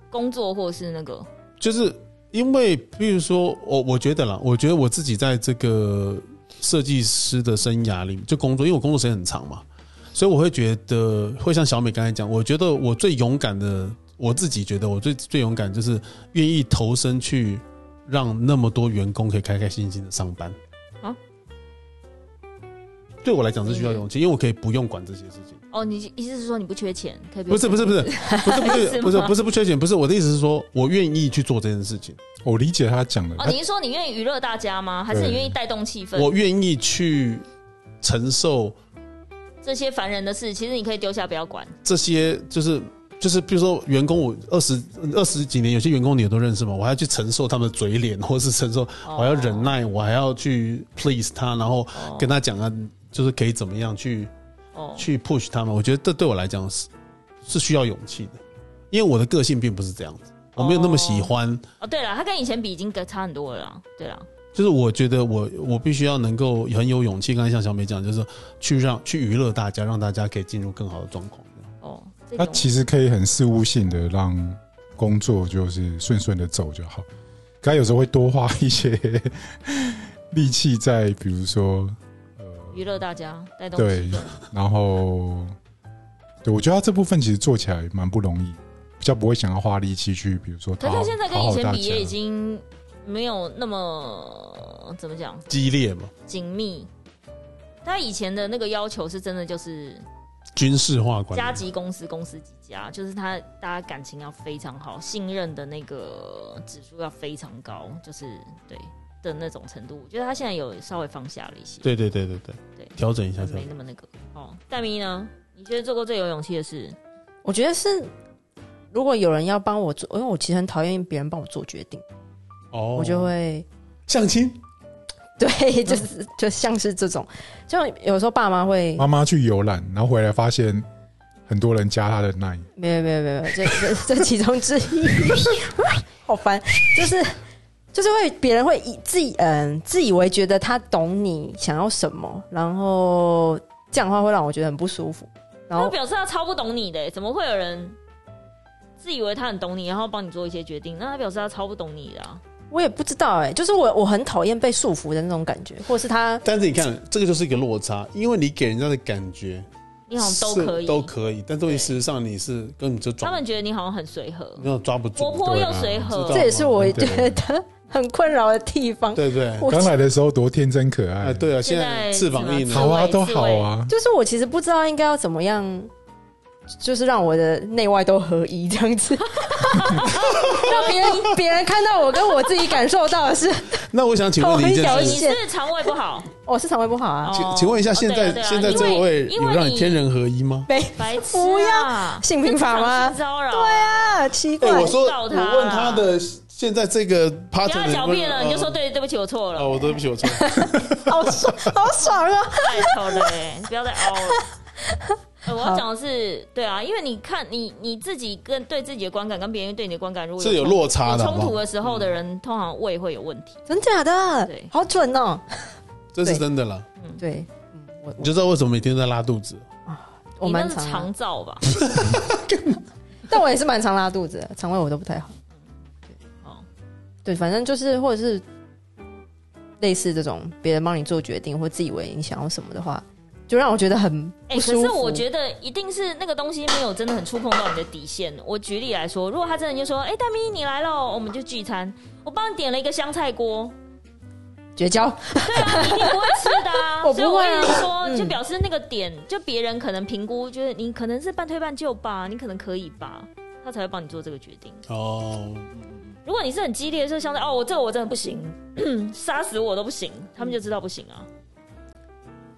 C: 工作或是那个
B: 就是因为，比如说我，我觉得啦，我觉得我自己在这个设计师的生涯里就工作，因为我工作时间很长嘛，所以我会觉得会像小美刚才讲，我觉得我最勇敢的，我自己觉得我最最勇敢就是愿意投身去让那么多员工可以开开心心的上班
C: 啊。
B: 对我来讲是需要勇气，因为我可以不用管这些事情。
C: 哦，你意思是说你不缺钱，可以
B: 不是不是不是不是不是不
C: 是
B: 是
C: 吗
B: 不是不缺钱，不是我的意思是说，我愿意去做这件事情。
A: 我理解他讲的，
C: 哦，
A: 他
C: 你是说你愿意娱乐大家吗？还是你
A: 对
C: 愿意带动气氛？
B: 哎我愿意去承受
C: 这些烦人的事，其实你可以丢下，不要管。
B: 这些，就是就是，比如说员工，我二十二十几年，有些员工你也都认识嘛，我还要去承受他们的嘴脸，或是承受，我
C: 哦
B: 还要忍耐，我还要去 please 他，然后跟他讲啊，就是可以怎么样去
C: 哦，
B: 去 push 他们。我觉得这对我来讲是是需要勇气的，因为我的个性并不是这样子，我没有那么喜欢。
C: 哦，对了，他跟以前比已经隔差很多了啦。对了，
B: 就是我觉得我我必须要能够很有勇气，刚才像小美讲，就是去让去娱乐大家，让大家可以进入更好的状况。
C: 哦，这
A: 它
C: 种
A: 其实可以很事务性的让工作就是顺顺的走就好。可它有时候会多花一些力气在，比如说呃
C: 娱乐大家，带动
A: 对
C: 气氛。
A: 然后，对我觉得他这部分其实做起来蛮不容易，比较不会想要花力气去，比如说
C: 可
A: 讨
C: 是
A: 好
C: 他现在跟
A: 讨
C: 以
A: 好
C: 前
A: 大
C: 比，也
B: 啊
A: 家
C: 已经没有那么怎么讲
B: 激烈嘛，
C: 紧密。他以前的那个要求是真的，就是
B: 军事化管理
C: 家级公司，公司几家，就是他大家感情要非常好，信任的那个指数要非常高，就是对的那种程度。我觉得他现在有稍微放下了一些，
B: 对对对对对
C: 对
B: 调整一下，
C: 就
B: 调
C: 没
B: 整
C: 那么那个。哦，戴咪呢？你觉得做过最有勇气的事？
D: 我觉得是，如果有人要帮我做，因为我其实很讨厌别人帮我做决定，
B: 哦
D: 我就会
B: 相亲，
D: 对，就是就像是这种，就有时候爸妈会
A: 妈妈去游览，然后回来发现很多人加他的 line，
D: 没有没有没有，没有这这这其中之一， 好烦，就是就是会别人会以自己嗯自以为觉得他懂你想要什么，然后这样的话会让我觉得很不舒服。然
C: 他
D: 后
C: 表示他超不懂你的、怎么会有人自以为他很懂你，然后帮你做一些决定？那他表示他超不懂你的、啊。
D: 我也不知道哎、就是我我很讨厌被束缚的那种感觉，或者是他
B: 但是你看，这个就是一个落差，因为你给人家的感觉
C: 你好像
B: 是
C: 都可以，
B: 都可以，但
C: 对
B: 对于事实上你是根本就抓
C: 他们觉得你好像很随和，
B: 没有抓不住，
C: 活泼
A: 对
C: 又
A: 啊
C: 随和。
B: 知道
D: 这也是我
A: 对
D: 觉得很困扰的地方。
B: 对不对？
D: 我
A: 刚来的时候多天真可
B: 哎，
A: 爱，，
B: 对啊，
C: 现
B: 现
C: 在
B: 在翅膀硬
C: 翅
B: 了
C: 膀，
A: 好啊，
C: 刺猬
A: 都好啊，
D: 就是我其实不知道应该要怎么样，就是让我的内外都合一这样子， 让别人别人看到我跟我自己感受到的是，
B: 那我想请问你一件
D: 同一条
B: 事
D: 线
C: 你是肠胃不好，
D: 我、是肠胃不好啊，
B: 请
C: 哦
B: 请问一下，现
C: 哦对
B: 在
C: 啊对啊
B: 现在这
C: 因为
B: 位
C: 因为
B: 有让你天人合一吗？
D: 没
C: 白痴、啊，
D: 不性平法吗
C: 这是常识骚扰，
D: 对啊，奇怪，
B: 哎，我说
C: 告
B: 我
C: 他
B: 问他的现在这个
C: 不
B: partner，
C: 要狡辩了，
B: 问
C: 你就说。对，对不起，我错了
B: 呃哦，，我对不起，我 错了。
D: 好爽，好爽啊！
C: 太丑了欸，不要再凹了。呃我要讲的是，对啊，因为你看你你自己跟对自己的观感，跟别人对你的观感，如果
B: 是有
C: 冲
B: 落差的
C: 有冲
B: 好
C: 突
B: 不好
C: 的时候的人，通常胃会有问题。
D: 真假的
C: 对，
D: 好准哦。
B: 这是真的了。
D: 对，嗯，我
B: 你就知道为什么每天都在拉肚子，
D: 我
C: 你那
D: 蛮
C: 是
D: 常啊，
C: 肠燥 吧？
D: 但我也是蛮常拉肚子的，肠胃我都不太好。
C: 哦，
D: 对，反正就是或者是类似这种别人帮你做决定，或自以为你想要什么的话，就让我觉得很
C: 哎、
D: 不
C: 可
D: 舒服。
C: 是我觉得一定是那个东西没有真的很触碰到你的底线。我举例来说，如果他真的就说：“哎、大咪你来喽，我们就聚餐，我帮你点了一个香菜 锅。”
D: 绝交。，
C: 你不会吃的啊
D: 我
C: 所以
D: 不会啊
C: 一直说，
D: 嗯
C: 就表示那个点，就别人可能评估，就是你可能是半推半就吧，你可能可以吧，他才会帮你做这个决定。
B: 哦，
C: 如果你是很激烈，就像是哦，我这个我真的不行， 杀死我都不行，他们就知道不行啊。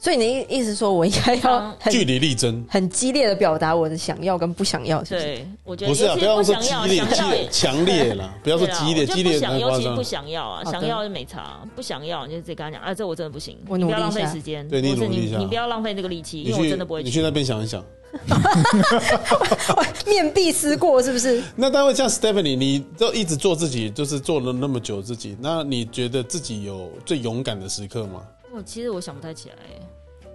D: 所以你意思说我应该要很
B: 据理力争，
D: 很激烈的表达我的想要跟不想要，是不是？
C: 对，我觉得
B: 不是啊，
C: 尤
B: 不
C: 其是
B: 要
C: 不
B: 说
C: 想
B: 激
C: 要，
B: 烈、
C: 想
B: 激
C: 要
B: 烈、
C: 也。
B: 强烈啦，不要说
C: 对啊
B: 激烈，
C: 我觉得
B: 激
C: 不
B: 烈
C: 想
B: 太
C: 尤
B: 夸
C: 其是
B: 张
C: 不
B: 了。
C: 想要啊，
D: 好的
C: 想要就没差，不想要你就直接跟他讲，哎，这我真的不行，
D: 我
C: 你
D: 努
C: 不
D: 力
C: 要
D: 一下
C: 浪费时间，
B: 对你
C: 或是
B: 努力一
C: 你
B: 下
C: 你不要浪费这个力气，
B: 你
C: 因为我真的不会
B: 去，你去那边想一想。
D: 面壁思过，是不是？
B: 那待会像 Stephanie，你都一直做自己，就是做了那么久自己，那你觉得自己有最勇敢的时刻吗？
C: 我其实我想不太起来耶，为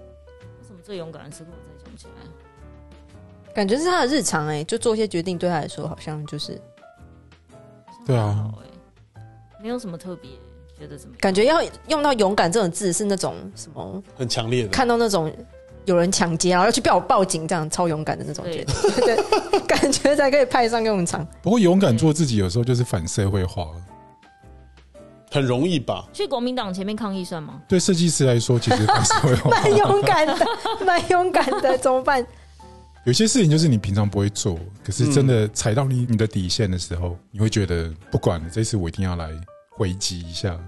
C: 什么最勇敢的时刻我真的想不起来？
D: 感觉是他的日常哎、就做一些决定对他来说好像就是
A: 对啊
C: 好像还好耶，没有什么特别觉得怎么样。
D: 感觉要用到勇敢这种字是那种什么？
B: 很强烈的，
D: 看到那种有人抢劫，然后要去报报警，这样超勇敢的那种决
C: 对
D: 定，，对， 感觉才可以派上用场。
A: 不过勇
C: 嗯
A: 敢做自己有时候就是反社会化。
B: 很容易吧？
C: 去国民党前面抗议算吗？
A: 对设计师来说，其实反社会 化，
D: 蛮勇敢的，蛮勇敢的，怎么办？
A: 有些事情就是你平常不会做，可是真
B: 嗯
A: 的踩到你你的底线的时候，你会觉得不管了，这次我一定要来回击一下。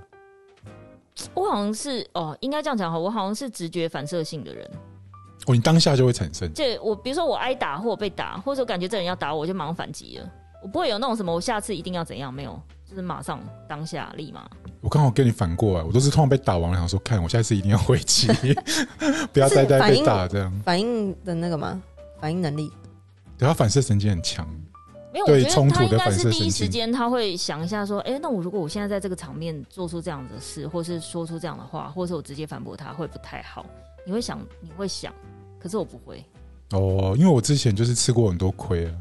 C: 我好像是哦，应该这样讲哈，我好像是直觉反射性的人。
A: 哦，你当下就会产生。
C: 这我比如说我挨打或我被打，或者我感觉这人要打我，我就马上反击了。我不会有那种什么我下次一定要怎样，没有，就是马上当下立马。
A: 我刚好跟你反过来，我都是通常被打完了，想说看我下次一定要回击， 不要再再被打这样。
D: 反应的那个吗？反应能力，
A: 对他反射神经很强，
C: 没有，我
A: 对
C: 觉得
A: 冲
C: 他
A: 突
C: 应
A: 的
C: 该
A: 反
C: 是
A: 射
C: 第一
A: 神
C: 时
A: 经
C: 间他会想一下说，哎，那我如果我现在在这个场面做出这样的事，或是说出这样的话，或是我直接反驳他，会不太好。你会想，你会想，可是我不会。
A: 哦，因为我之前就是吃过很多亏啊，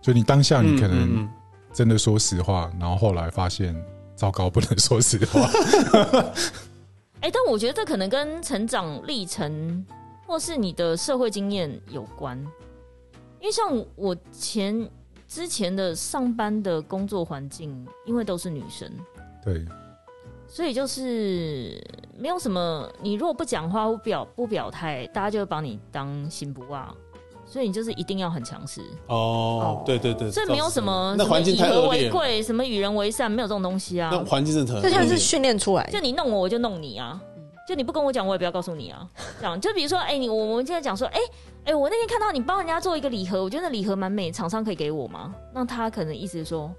A: 就你当下你可能
B: 嗯
A: 真的说实话，然后后来发现糟糕，不能说实 话。
C: 哎，但我觉得这可能跟成长历程或是你的社会经验有关，因为像我前之前的上班的工作环境，因为都是女生，
A: 对，
C: 所以就是没有什么，你如果不讲话、不表不表态，大家就会把你当行不啊，所以你就是一定要很强势，
B: 哦
D: 哦，
B: 对对对，
C: 所以没有什么
B: 那
C: 什么
B: 环境
C: 以
B: 太
C: 和
B: 恶
C: 为
B: 劣了，
C: 贵，什么与人为善，没有这种东西啊
B: 那。环境真的很恶
D: 这
B: 劣，
D: 像是训练出来
C: 就
D: 的。
C: 你弄我，我就弄你啊
D: 嗯。
C: 就你不跟我讲，我也不要告诉你啊。这样，就比如说，哎、你我我们现在讲说，哎、哎、我那天看到你帮人家做一个礼盒，我觉得那礼盒蛮美，厂商可以给我吗？那他可能意思说，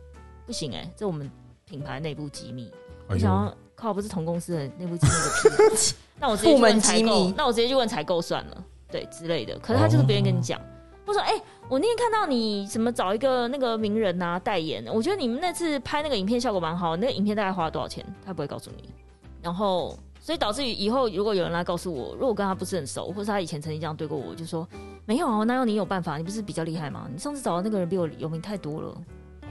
C: 不行、哎，这我们品牌内部机密。
A: 哎
C: 我想要
A: 呦，
C: 靠，不是同公司的内部机密的屁 那我直接去
D: 部门
C: 问采
D: 机密
C: 购，那我直接去问采购算了，对之类的。可是他就是别人跟你讲，他说：“哎、我那天看到你什么找一个那个名人啊代言，我觉得你们那次拍那个影片效果蛮好，那个影片大概花了多少钱？他不会告诉你。然后，所以导致于以后如果有人来告诉我，如果我跟他不是很熟，或是他以前曾经这样对过我，我就说没有啊，哪有你有办法？你不是比较厉害吗？你上次找的那个人比我有名太多了，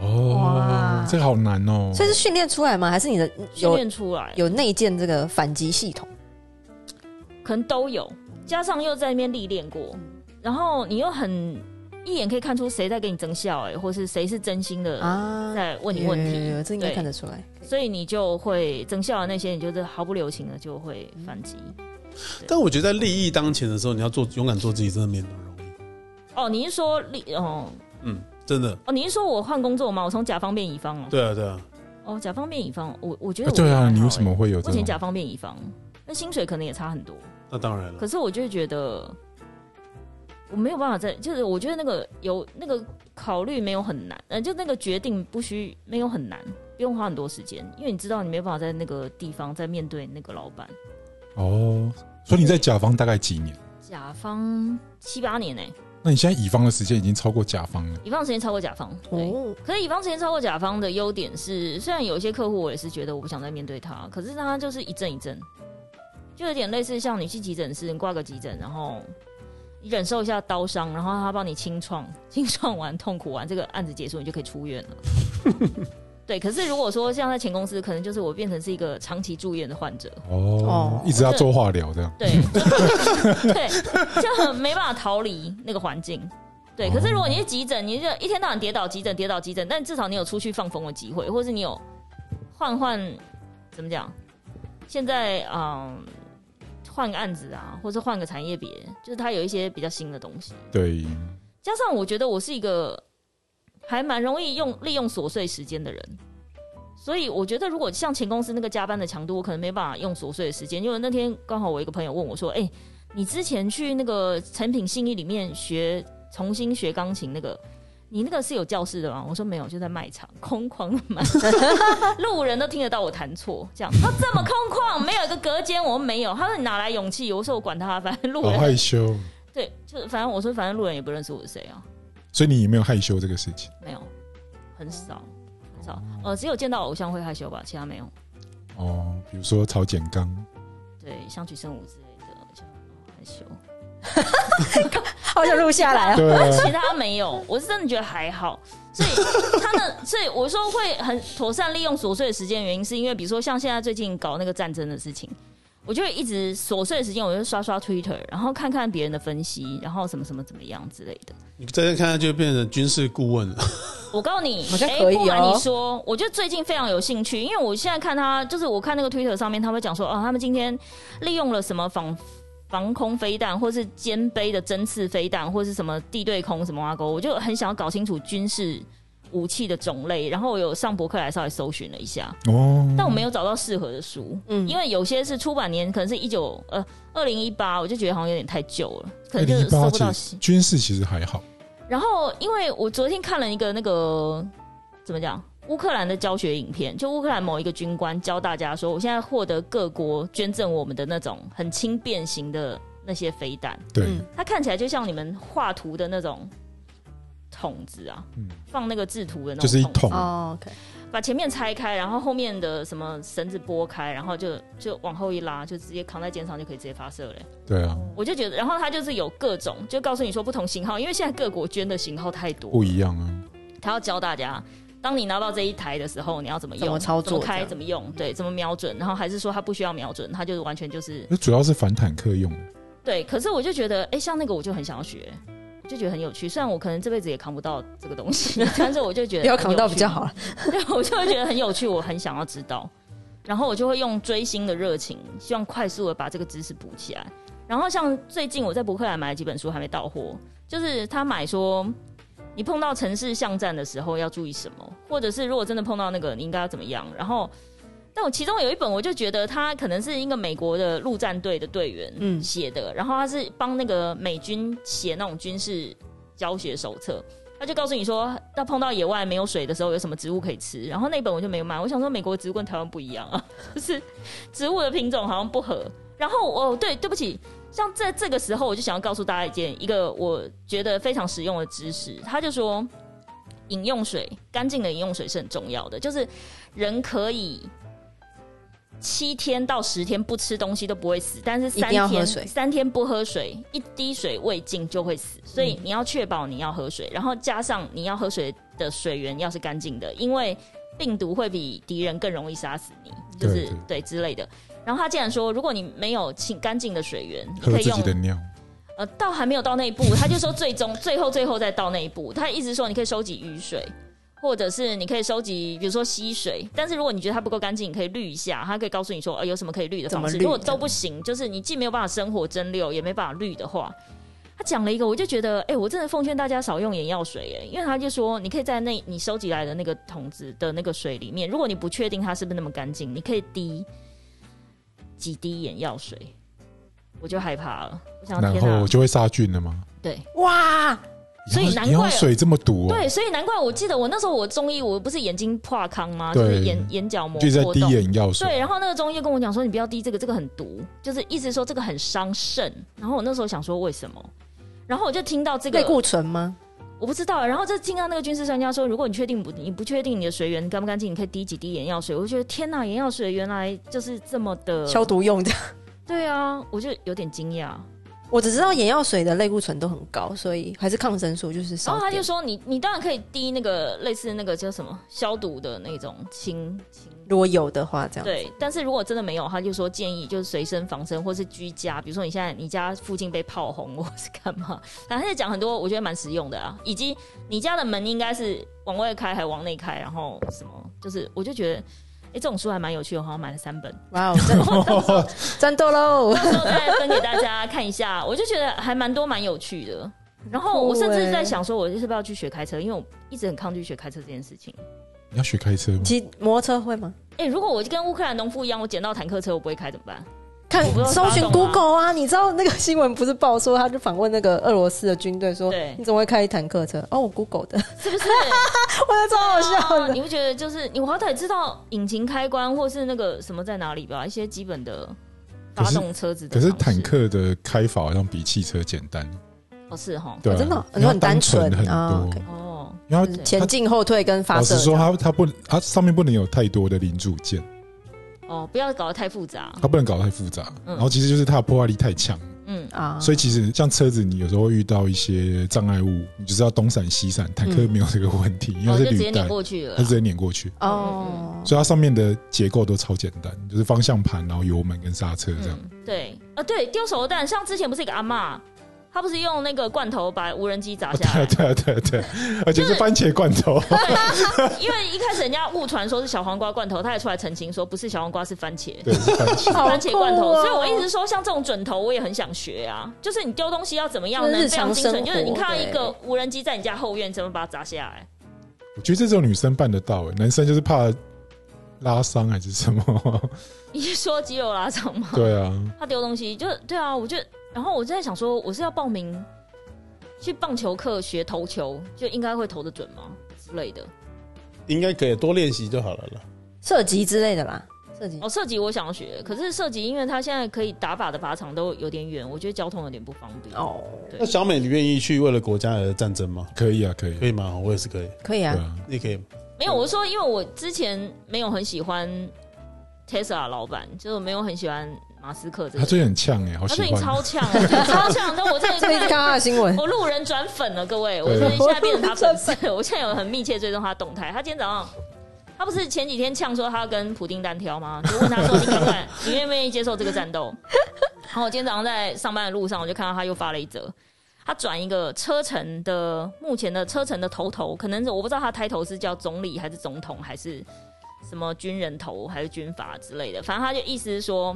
A: 哦
D: 哇，
A: 这个好难哦。
D: 所以是训练出来吗？还是你的
C: 训
D: 有
C: 练出来
D: 有内建这个反击系统？
C: 可能都有，加上又在那边历练过，
D: 嗯
C: 然后你又很一眼可以看出谁在跟你争笑、哎，或是谁是真心的
D: 啊，
C: 在问你问
D: 有有
C: 题，
D: 有这应该
C: 对
D: 看得出来。
C: 所以你就会争笑的那些，你就是毫不留情的就会
D: 嗯
C: 反击。
B: 但我觉得在利益当前的时候，你要做勇敢做自己，真的没那么容易。
C: 哦，你是说立哦
B: 嗯，真的，
C: 哦，你是说我换工作吗？我从甲方变乙方哦，
B: 对啊，对啊，
C: 哦，甲方变乙方，我我觉
A: 啊
C: 得、
A: 对啊，你为什？么会有
C: 我
A: 这
C: 欸以前
A: 种？
C: 甲方变乙方，那薪水可能也差很多，
B: 那当然了
C: 可。是我就会觉得我没有办法在，就是我觉得那个有那个考虑没有很难，呃，就那个决定不需没有很难，不用花很多时间，因为你知道你没有办法在那个地方再面对那个老板。
A: 哦，所以你在甲方大概几年？
C: 甲方七八年呢、欸
A: 那你现在乙方的时间已经超过甲方了。
C: 乙方时间超过甲方，对。
D: 哦，
C: 可是乙方时间超过甲方的优点是，虽然有一些客户我也是觉得我不想再面对他，可是他就是一阵一阵，就有点类似像你去急诊室你挂个急诊，然后你忍受一下刀伤，然后他帮你清创， 清创完痛苦完，这个案子结束你就可以出院了。 对，可是如果说像在前公司，可能就是我变成是一个长期住院的患者，
A: 哦
D: 哦，
A: 一直要做化疗这样。
C: 对，就对，就很没办法逃离那个环境。对，可是如果你是急诊，你就一天到晚跌倒、急诊、跌倒、急诊，但至少你有出去放风的机会，或是你有换换怎么讲？现在嗯，换个案子啊，或是换个产业别，就是它有一些比较新的东西。
A: 对，
C: 加上我觉得我是一个还蛮容易用利用琐碎时间的人，所以我觉得如果像前公司那个加班的强度，我可能没办法用琐碎的时间，因为那天刚好我一个朋友问我说：“哎、你之前去那个成品信义里面学重新学钢琴那个。”你那个是有教室的吗？我说没有，就在卖场， 空旷的卖场，路人都听得到我弹错，这样。他这么空旷，没有一个隔间，我说没有。他说你哪来勇气？我说我管他，反正路
A: 好
C: 人、
A: 害羞，
C: 对，就反正我说反正路人也不认识我是谁啊。
A: 所以你有没有害羞这个事情？
C: 没有，很少，很少。呃，只有见到偶像会害羞吧，其他没有。
A: 哦，比如说曹简刚，
C: 对，相取生舞之类的就害羞，
D: 好想录下来啊！
A: 对啊，
C: 其他没有。我是真的觉得还好，所以他们，所以我说会很妥善利用琐碎的时间，原因是因为比如说像现在最近搞那个战争的事情。我就会一直琐碎的时间，我就刷刷 Twitter，然后看看别人的分析，然后什么什么怎么样之类的。
B: 你再看看就变成军事顾问了。
C: 我告诉你，
D: 好像
C: 哎
D: 可以哦
C: 不瞒你说，我就最近非常有兴趣，因为我现在看他，就是我看那个 Twitter 上面，他会讲说，哦，他们今天利用了什么防防空飞弹，或是肩背的针刺飞弹，或是什么地对空什么挖沟，我就很想要搞清楚军事武器的种类。然后我有上博客来稍微搜寻了一下，
A: 哦，
C: 但我没有找到适合的书，
D: 嗯
C: 因为有些是出版年可能是一九呃二零一八，我就觉得好像有点太旧了，可
A: 二
C: 能就
A: 零
C: 是
A: 一
C: 搜
A: 八
C: 不到
A: 其
C: 新
A: 实军事其实还好，
C: 然后，因为我昨天看了一个那个怎么讲，乌克兰的教学影片，就乌克兰某一个军官教大家说，我现在获得各国捐赠我们的那种很轻便型的那些飞弹，
A: 对，
D: 嗯
C: 它看起来就像你们画图的那种桶子啊，
A: 嗯
C: 放那个制图的那种，
A: 就是一桶，
D: 哦，OK，
C: 把前面拆开，然后后面的什么绳子拨开，然后就就往后一拉，就直接扛在肩上就可以直接发射了欸。
A: 对啊，
C: 我就觉得，然后它就是有各种，就告诉你说不同型号，因为现在各国捐的型号太多
A: 不，一样啊，
C: 他要教大家。当你拿到这一台的时候，你要怎么用、
D: 怎么操
C: 怎
D: 作
C: 么
D: 这
C: 开、
D: 样嗯
C: 怎么用，对，怎么瞄准，然后还是说它不需要瞄准，它就是完全就是
D: 嗯
A: 那主要是反坦克用的，
C: 对。可是我就觉得，哎、像那个我就很想要学，就觉得很有趣。虽然我可能这辈子也扛不到这个东 西，但是我就觉得
D: 不要扛到比较
C: 好。
D: 好了。
C: 对，我就会觉得很有趣，我很想要知道，然后我就会用追星的热情，希望快速的把这个知识补起来。然后像最近我在博客来买了几本书，还没到货，就是他买说你碰到城市巷战的时候要注意什么，或者是如果真的碰到那个你应该要怎么样。然后，但我其中有一本我就觉得他可能是一个美国的陆战队的队员
D: 嗯
C: 写的，然后他是帮那个美军写那种军事教学手册。他就告诉你说，到碰到野外没有水的时候，有什么植物可以吃。然后那本我就没有买，我想说美国植物跟台湾不一样啊， 就是植物的品种好像不合。然后哦，对，对不起，像在这个时候，我就想要告诉大家一件一个我觉得非常实用的知识。他就说，饮用水，干净的饮用水是很重要的，就是人可以。七天到十天不吃东西都不会死，但是
D: 一
C: 三
D: 定要喝
C: 天
D: 水
C: 三天不喝水，一滴水未进就会死，所以你要确保你要喝水，然后加上你要喝水的水源要是干净的，因为病毒会比敌人更容易杀死你，就是
A: 对对
C: 之类的。然后他竟然说，如果你没有清干净的水源，你
A: 喝
C: 可以
A: 自
C: 用
A: 己的尿，
C: 呃，倒还没有到那一步，他就说最终 最后最后再到那一步。他一直说你可以收集雨水，或者是你可以收集比如说溪水，但是如果你觉得它不够干净，你可以滤一下，他可以告诉你说呃有什么可以滤的
D: 怎么
C: 方式。
D: 滤
C: 如果
D: 这
C: 都
D: 样
C: 不行，就是你既没有办法生火蒸馏，也没办法滤的话。他讲了一个，我就觉得，哎、我真的奉劝大家少用眼药水、哎，因为他就说，你可以在那你收集来的那个桶子的那个水里面，如果你不确定它是不是那么干净，你可以滴几滴眼药水，我就害怕了，我想
A: 然
C: 天哪
A: 后，就会杀菌了嘛。
C: 对，
D: 哇，
C: 所以
A: 你要
C: 难
A: 你要
C: 怪
A: 水这么毒哦，
C: 对，所以难怪我记得我那时候我中医，我不是眼睛破康吗？就
A: 对
C: 是眼眼角膜
A: 就在
C: 破
A: 滴
C: 洞。
A: 眼药水，
C: 对，然后那个中医就跟我讲说，你不要滴这个，这个很毒，就是一直说这个很伤肾。然后我那时候想说为什么？然后我就听到这个
D: 类，固醇吗？
C: 我不知道。然后就听到那个军事专家说，如果你确定不，你不确定你的水源干不干净，你可以滴几滴眼药水。我就觉得天呐，眼药水原来就是这么的
D: 消。毒用的。
C: 对啊，我就有点惊讶。
D: 我只知道眼药水的类固醇都很高，所以还是抗生素就是
C: 然
D: 少
C: 后
D: 点。
C: 哦他就说你，你当然可以滴那个类似那个叫什么消毒的那种清清
D: 如果有的话，这样
C: 对，但是如果真的没有，他就说建议就是随身防身，或是居家，比如说你现在你家附近被炮轰，或是干嘛，反正他就讲很多，我觉得蛮实用的啊。以及你家的门应该是往外开还往内开，然后什么，就是我就觉得，哎、这种书还蛮有趣的，我好像买了三本，
D: 哇哦， 战战斗喽！
C: 到时候再分给大家看一下。我就觉得还蛮多蛮有趣的。然后我甚
D: 欸
C: 至在想说，我是不是要去学开车，因为我一直很抗拒学开车这件事情。
A: 你要学开车吗？
D: 骑摩托车会吗？
C: 哎、如果我就跟乌克兰农夫一样，我捡到坦克车我不会开怎么办？
D: 看
C: 我不知道
D: 搜寻
C: 大家懂吗
D: Google 啊，你知道那个新闻不是报说他就访问那个俄罗斯的军队说
C: 对，
D: 你怎么会开一坦克车？哦，我 Google 的，
C: 是不是？
D: 我觉得超 好笑
C: 啊
D: 的。
C: 你不觉得就是你好歹知道引擎开关或是那个什么在哪里吧？一些基本的发动车子的
A: 可是
C: 常识
A: 坦克的开法好像比汽车简单，
C: 哦是哈
A: 对啊、
D: 哦真的哦
A: 因为它
D: 很单纯
A: 很
D: 哦
A: 多
D: ，OK，
C: 哦，
A: 然后
C: 对
D: 前进后退跟发
A: 老
D: 射
A: 实说，
D: 这样，嗯
A: 它它不它上面不能有太多的零组件，
C: 哦，不要搞得太复杂，
A: 它不能搞得太复杂。
C: 嗯
A: 然后其实就是它的破坏力太强，
C: 嗯，
D: 啊
A: 所以其实像车子，你有时候会遇到一些障碍物，你就是要东闪西闪。坦克
D: 嗯
A: 没有这个问题，因
C: 我
A: 为
C: 哦就是直接
A: 履
C: 碾
A: 带，
C: 过去了
A: 它。直接碾过
C: 嗯
A: 去，
D: 哦，
A: 所以它上面的结构都超简单，就是方向盘，然后油门跟刹车这样。
C: 嗯，对啊，对，丢手榴弹，像之前不是一个阿嬷，她不是用那个罐头把无人机砸
A: 啊
C: 下 来
A: 对啊，，对啊，对啊，对啊，而且是番茄罐 头，
C: 因为一开始人家误传说是小黄瓜罐头，她也出来澄清说不是小黄瓜是番茄，
A: 对，是番茄。
D: 好
C: 番茄罐头，
D: 酷哦
C: 所以我一直说像这种准头，我也很想学啊。就是你丢东西要怎么样
D: 就是
C: 能非
D: 日
C: 常
D: 常
C: 精准？
D: 生活
C: 就是你看到一个无人机在你家后院，怎么把它砸下来？
A: 我觉得这种女生办得到、欸，男生就是怕拉伤还是什么？
C: 你是说肌肉拉伤吗？
A: 对 啊，
C: 他丢东西就对啊，我就然后我就在想说，我是要报名去棒球课学投球，就应该会投得准吗之类的？
B: 应该可以多练习就好了啦。
D: 射击之类的啦，设计
C: 哦，射击我想学，可是射击因为它现在可以打靶的靶场都有点远，我觉得交通有点不方便。哦，
D: 哦，
B: 那小美，你愿意去为了国家而战争吗？
A: 可以啊，可以，
B: 可以吗？我也是可以，
D: 可以
A: 对
D: 啊，
A: 啊，
B: 你 可以。
C: 没有，我是说因为我之前没有很喜欢 Tesla 老板，就是我没有很喜欢马斯克这
A: 他
C: 个人。
A: 最近很呛哎，好
C: 他
A: 喜
C: 最近
A: 欢
C: 超强，超强！但我这
D: 这里是看到的新闻，
C: 我路人转粉了，各位，我
A: 对
C: 是现在变成他粉丝，我现在有很密切追踪他动态。他今天早上，他不是前几天呛说他要跟普丁单挑吗？就问他说：“你敢不敢？你愿不愿意接受这个战斗？”然后我今天早上在上班的路上，我就看到他又发了一则，他转一个车臣的目前的车臣的头头，可能是我不知道他抬头是叫总理还是总统还是什么军人头还是军阀之类的，反正他就意思是说。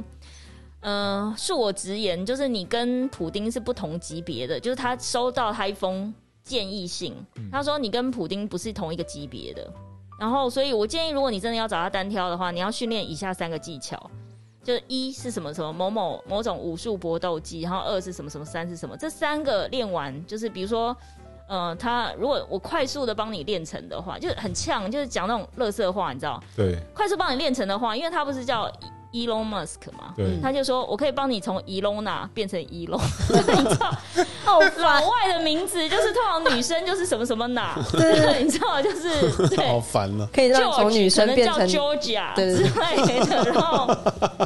C: 嗯，恕我直言，就是你跟普丁是不同级别的，就是他收到他一封建议信，他说你跟普丁不是同一个级别的，然后所以我建议，如果你真的要找他单挑的话，你要训练以下三个技巧，就是一是什么什么某某某种武术搏斗技，然后二是什么什么，三是什么，这三个练完就是比如说。呃，他如果我快速的帮你练成的话，就是很呛，就是讲那种乐色话，你知道？
A: 对
C: 快速帮你练成的话，因为他不是叫 Elon Musk 吗？
A: 对
C: 他就说：“我可以帮你从 Elona 变成 Elon，你 知道，好老外的名字就是通常女生就是什么什么哪，对，你知道就是
B: 好
C: 对，
B: 烦啊了，
D: 可以让从
C: George，
D: 女生变
C: 可
D: 成
C: 能叫 Georgia
D: 对
C: 之
D: 对
C: 类的，然后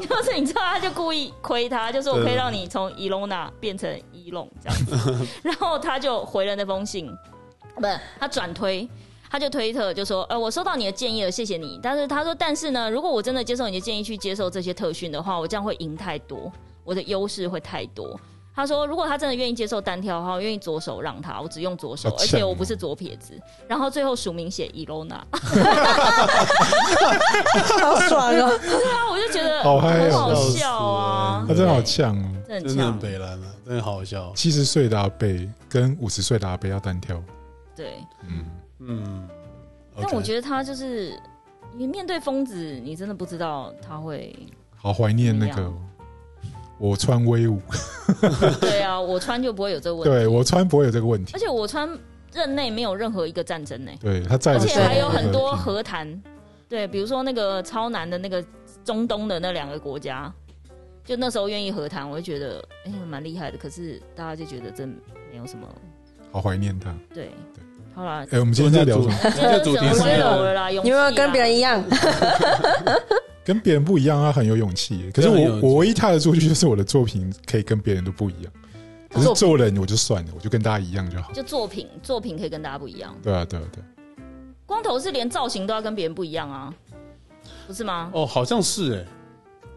C: 就是你知道，他就故意亏他，就说我可以让你从 Elona 变成 Elon 这样子， 然后他就回了那封信，不，他转推。他就推特就说：“呃，我收到你的建议了，谢谢你。但是他说，但是呢，如果我真的接受你的建议去接受这些特训的话，我这样会赢太多，我的优势会太多。”他说：“如果他真的愿意接受单挑的话，我愿意左手让他，我只用左手
A: 好，
C: 而
A: 呛哦
C: 且我不是左撇子。”然后最后署名写 Elona，
D: 好 爽哦！
C: 对啊，我就觉得
A: 好嗨
C: 很
A: 哦
C: 好笑啊
A: 他，真的好呛哦。
C: 真的
B: 真
C: 很
B: 的很
C: 强，
B: 北蓝了，真的好好笑。
A: 七十岁的阿贝跟五十岁的阿贝要单挑，
C: 对。
A: 嗯，
B: 嗯，
C: 但
B: OK
C: 我觉得他就是你面对疯子，你真的不知道他 会。
A: 好怀念那
C: 怎
A: 个
C: 么
A: 哦我穿威武，
C: 对啊，我穿就不会有这个问题，
A: 对我穿不会有这个问题
C: 而，且我穿任内没有任何一个战争呢、
A: 对他在
C: 而
A: 的
C: 且
A: 时候
C: 还有很多
A: 和平
C: 和谈，对，比如说那个超南的那个中东的那两个国家，就那时候愿意和谈，我就觉得哎蛮厉害的。可是大家就觉得真没有什么
A: 好怀念他。
C: 对
A: 对。
C: 好啦，
A: 哎，我们今天在聊什么？
B: 今天的主题
C: 这
B: 是
C: 个温柔了啦，有
D: 你有没有跟别人一样？
A: 跟别人不一样，他很有勇气耶。可是
B: 对啊很有
A: 我
B: 勇气
A: 我唯一踏得出去就是我的作品可以跟别人都不一样，可是
D: 作品
A: 做人我就算了，我就跟大家一样就好。
C: 就作品，作品可以跟大家不一样。
A: 对啊，对啊，对啊。
C: 光头是连造型都要跟别人不一样啊，不是吗？
B: 哦，好像是哎、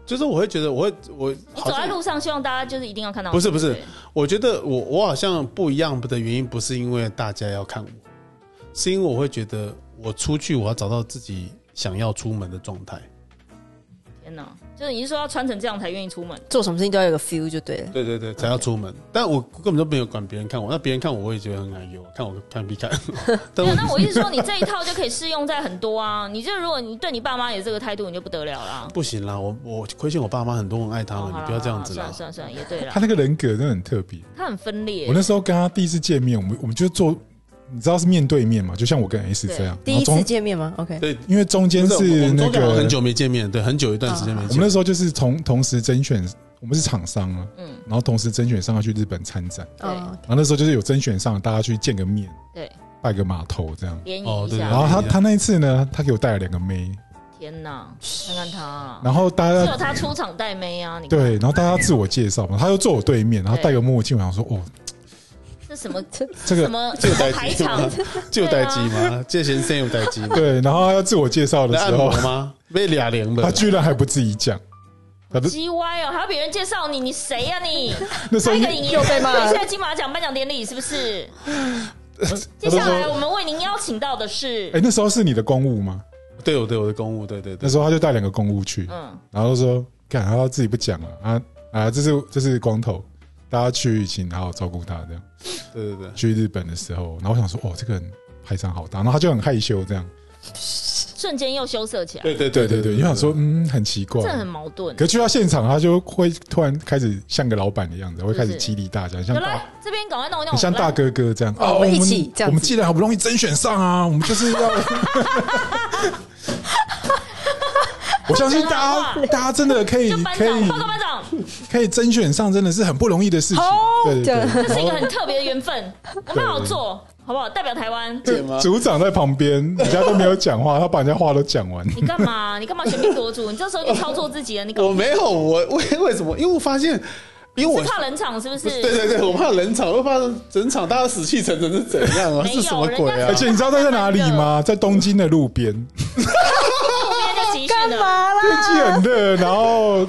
B: 就是我会觉得我会我
C: 你
B: 哦好
C: 走在
B: 像
C: 路上，希望大家就是一定要看到我。
B: 不是不是
C: 对，
B: 我觉得我我好像不一样的原因不是因为大家要看我，是因为我会觉得我出去我要找到自己想要出门的状态。
C: 天哪，啊就是你是说要穿成这样才愿意出门？
D: 做什么事情都要有个 feel 就对了。
B: 对对对，才要出门。但我根本就没有管别人看我，那别人看我我也觉得很难忧，看我看必看。但
C: 没
B: 我
C: 有，那我意思说，你这一套就可以适用在很多啊。 你就如果你对你爸妈也这个态度，你就不得了 啦。
B: 不行啦，我我亏欠我爸妈很多，很爱他
C: 哦
B: 们，
C: 好
B: 你
C: 啦
B: 不要这样子
C: 好
B: 啦
C: 啦。算了算了算了，也对
D: 啊
A: 他
C: 啦。
A: 那个人格真的很特别。
C: 他很分裂
A: 我，那时候跟他第一次见面，我们我们就坐，你知道是面对面嘛，就像我跟 S 这样。
D: 第一
A: 然
D: 次
A: 后中，
D: 见面吗？OK，
B: 对，
A: 因为中间
B: 不我
A: 是
B: 们
A: 那
B: 中间好
A: 个啊
B: 像很久没见面，对，很久一段时间没
A: 我们
B: 见面。
A: 那时候就是同同时甄选，我们是厂商啊，
C: 嗯
A: 然后同时甄选上要去日本参展，
C: 对
D: 哦，
A: 然后那时候就是有甄选上，大家去见个面，
C: 对，
A: 拜个码头这样。
C: 联
B: 哦
C: 谊一
B: 对
C: 下。
D: 啊
A: 然后他
B: 对
A: 他那一次呢，他给我带了两个妹，
C: 天哪，看看他啊，
A: 然后大
C: 只
A: 家
C: 有他出场带妹啊！你看
A: 对，然后大家自我介绍嘛，他又坐我对面，然后戴个墨镜，我想说哦，
C: 这什么
A: 这
C: 什
A: 个
C: 么
B: 这
C: 什
B: 个代
C: 么排
B: 机
C: 场啊
B: 吗？？这有代机吗？这先生有代 机吗？
A: 对，然后他要自我介绍的
B: 来按
A: 时
B: 摩
A: 候，啊
B: 吗？被俩零
A: 他
B: 的，
A: 居然还不自己讲，他都
C: 鸡歪哦，还要别人介绍你，你谁呀你？
A: 那时候
C: 拍
A: 因
C: 个
A: 为
C: 影
D: 又被骂了
C: 现在金马奖颁奖典礼是不是？接下来我们为您邀请到的是
A: 哎，，那时候是你的公务吗？
B: 对，我对我的公务，对对
A: 那
B: 对，
A: 时候他就带两个公务去，
C: 嗯，
A: 然后说干，他自己不讲了啊啊，这是这是光头，大家去请好好照顾他这样。
B: 对对对，
A: 去日本的时候，然后我想说哦，这个人排场好大，然后他就很害羞这样，
C: 瞬间又羞涩起来，
B: 对对
A: 对对对，就想说嗯，很奇怪
C: 这。很矛盾。
A: 可去到现场，他就会突然开始像个老板的样子，会开始
C: 是
A: 激励大家，像
C: 就
A: 大
C: 来这边赶快弄一弄，
A: 很像大
C: 来
A: 哥哥这样。
D: 哦
A: 啊
D: 我们一起这样子
A: 我们既然好不 容易甄选上啊，我们就是要我相信大
C: 讲
A: 家，大家真的可以
C: 就班
A: 可
C: 长
A: 以
C: 报告班长，
A: 可以甄选上，真的是很不容易的事情。对对
D: 这
C: 这是一个
A: 对，
C: 很特别的缘分，很好做，好不好？代表台湾，
B: 解吗？
A: 组长在旁 边，人家都没有讲话，他把人家话都讲完。
C: 你干嘛？你干嘛喧宾夺主？你这时候就操作自己了，你搞
B: 我没有，我为为什么？因为我发现，因为我
C: 是怕冷场是不是？
B: 对对对，我怕冷场，我怕整场大家死气沉沉是怎样啊？
C: 没有
B: 是什么鬼啊
A: 而？哎且你知道在在哪里吗？在东京的路边，
C: 今天就集训
D: 干
C: 了，
D: 嘛啦？
A: 天 气很热，然 后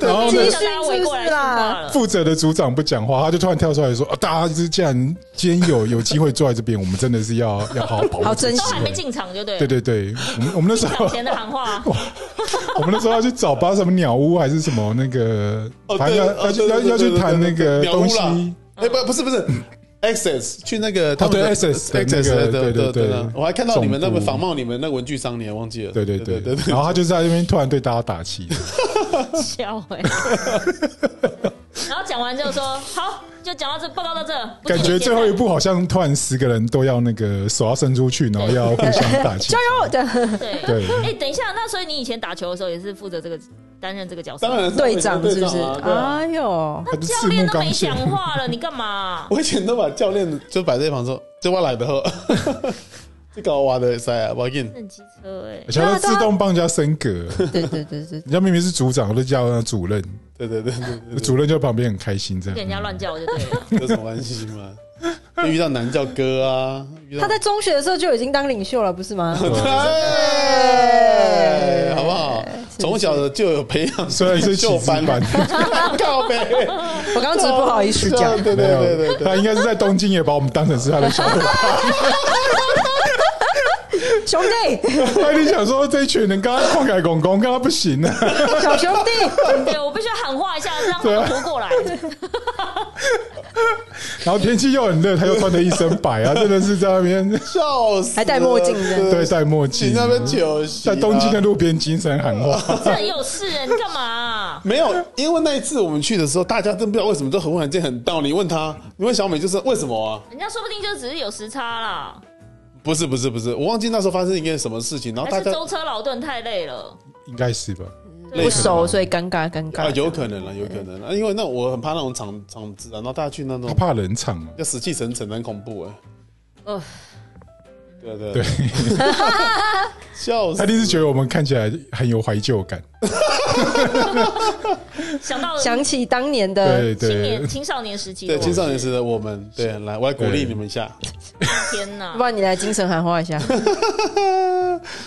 A: 然后
C: 今
A: 呢
C: 天，就大家围过来说话了。
A: 负责的组长不讲话，他就突然跳出来说：“啊，大家就是既然今天有有机会坐在这边，我们真的是 要要好好把握。”
D: 好珍
C: 都
D: 惜
C: 还没进场就对了，
A: 对对对，我们我们那时
C: 进 场
A: 候
C: 前的喊话，
A: 我们那时候要去找把什么鸟屋还是什么那个
B: 哦，
A: 反正要
B: 对
A: 要
B: 哦
A: 去
B: 对
A: 要
B: 对
A: 要
B: 对
A: 去谈那
B: 对对
A: 个
B: 对
A: 东西。
B: 鸟屋啦哎，不不是不是。Access 去那个他
A: 哦
B: 们的
A: 对，Access 的
B: Access
A: 那个
B: 的
A: 对对
B: 的
A: 对
B: 的，我还看到你们那
A: 总
B: 个
A: 部
B: 仿冒你们那个文具商，你还忘记了？
A: 对对对
B: 对
A: 然后他就在那边突然对大家打 气，
C: 笑 哎、然后讲完就说好，就讲到这，报告到这，不
A: 感
C: 准
A: 觉
C: 你解散
A: 最后一步好像突然十个人都要那个手要伸出去，然后要互相打气
D: 加。
B: 哎
D: 油！ 这样
C: 对
A: 对
C: 哎、等一下，那所以你以前打球的时候也是负责这个担任这个角色，
B: 当然是
D: 队长
B: 队
D: 是不是？
B: 啊对啊
D: 哎呦，
A: 他就
C: 教
A: 赤
C: 练
A: 木
C: 都
A: 刚
C: 没
A: 宪
C: 讲，话了，你干嘛？
B: 我以前都把教练就摆在一旁说，这我来的呵， 这搞我的塞啊，我给
C: 很机车哎、
A: 而且他自动帮人家升格。
D: 对对对
B: 啊
D: 对，
A: 人家明明是组长，都叫他主任，
B: 对对对对
A: 主任就在旁边很开心这
C: 跟人
A: 样。
C: 家乱叫就对了。
B: 对，有什么关系嘛？ 就遇到男教哥啊，遇
D: 他
B: 到
D: 在中学的时候就已经当领袖了，不是 吗？
B: 对，好不好？
D: 是
B: 从小就有培养，
A: 虽然是
B: 秀
A: 体制
B: 班
A: 班，
B: 告呗，
D: 我刚刚只是不好意思讲，
B: 对对啊
A: 没
B: 对对
A: 有，
B: 对。
A: 他应该是在东京也把我们当成是他的小伙 伴。
D: 兄弟，
A: 他一定想说这一群人刚刚旷凯公公，刚刚不行啊。
D: 小兄弟，
C: 对，我必须要喊话一下，让他们活 过来。
A: 然后天气又很热，他又穿的一身白啊，真的是在那边
B: 笑死了，
D: 还戴墨镜这样
A: 对戴墨
B: 请
A: 镜，啊
B: 那边酒席啊
A: 在东京的路边精神喊 话，
C: 这很有事哎、你干嘛、
B: 没有，因为那一次我们去的时候，大家真不知道为什么都很罕见很到。你问他，你问小美就是为什么啊？
C: 人家说不定就只是有时差啦，
B: 不是不是不是，我忘记那时候发生一件什么事情，
A: 哦
B: 然后
C: 还
B: 大
C: 是
B: 家
C: 舟车劳顿太累了。
A: 应该是吧？
B: 累
D: 不
B: 死
D: 熟，所以尴尬尴
B: 啊，
D: 尬。
B: 有可能了，有可能了，因为那我很怕那种场场子啊，然后大家去那
A: 他
B: 种
A: 怕冷场嘛，
B: 要死气沉沉，很恐怖哎。
C: 呃，
B: 对啊对啊
A: 对，
B: 笑
A: 他
B: 死
A: 一！定是觉得我们看起来很有怀旧感。
C: 想到
D: 想起当年的
A: 对
C: 青
A: 对
C: 年，青少年时期的
B: 对
C: 我，
B: 青少年时的我们，对，来，我来鼓励你们一下。
C: 天哪
D: 不！然你来精神喊 话一下，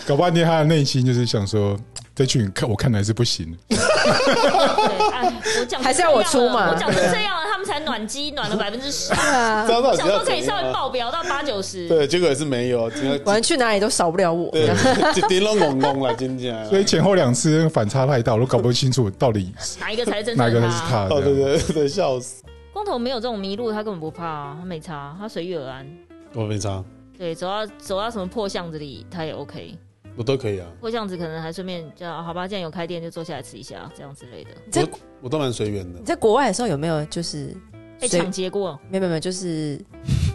A: 搞半天他的内心就是想说，这群看我看来是不行的，
C: 对哎，我讲成
D: 还是要我
C: 这样了
D: 出嘛啊
C: 我讲成这样了，他们才暖机暖了百分之十，
B: 这样到底
C: 想
B: 要
C: 说可
B: 怎
C: 以稍微
B: 样啊？
C: 爆表到八九十。
B: 对，结果也是没有，只要
D: 反正去哪里都少不了我。
B: 对，就叮咚咣咣了，真的。
A: 所以前后两次那个反差太大，我都搞不清楚到底是
C: 哪一个才是真
A: 哪
C: 正
A: 个
C: 的
A: 才
C: 他？
A: 是他。
B: 哦，对
A: 这样，
B: 对对，笑死！
C: 光头没有这种迷路，他根本不怕、啊，他没差，他随遇而安。
B: 我没差，
C: 对，走到走到什么破巷子里，他也 OK。
B: 我都可以啊，
C: 破巷子可能还顺便叫、啊好吧，既然有开店就坐下来吃一下，这样之类的。
D: 你在
B: 我我都蛮随缘的
D: 你。在国外的时候有没有就是
C: 被
D: 随
C: 抢劫过，
D: 没有没有没有就是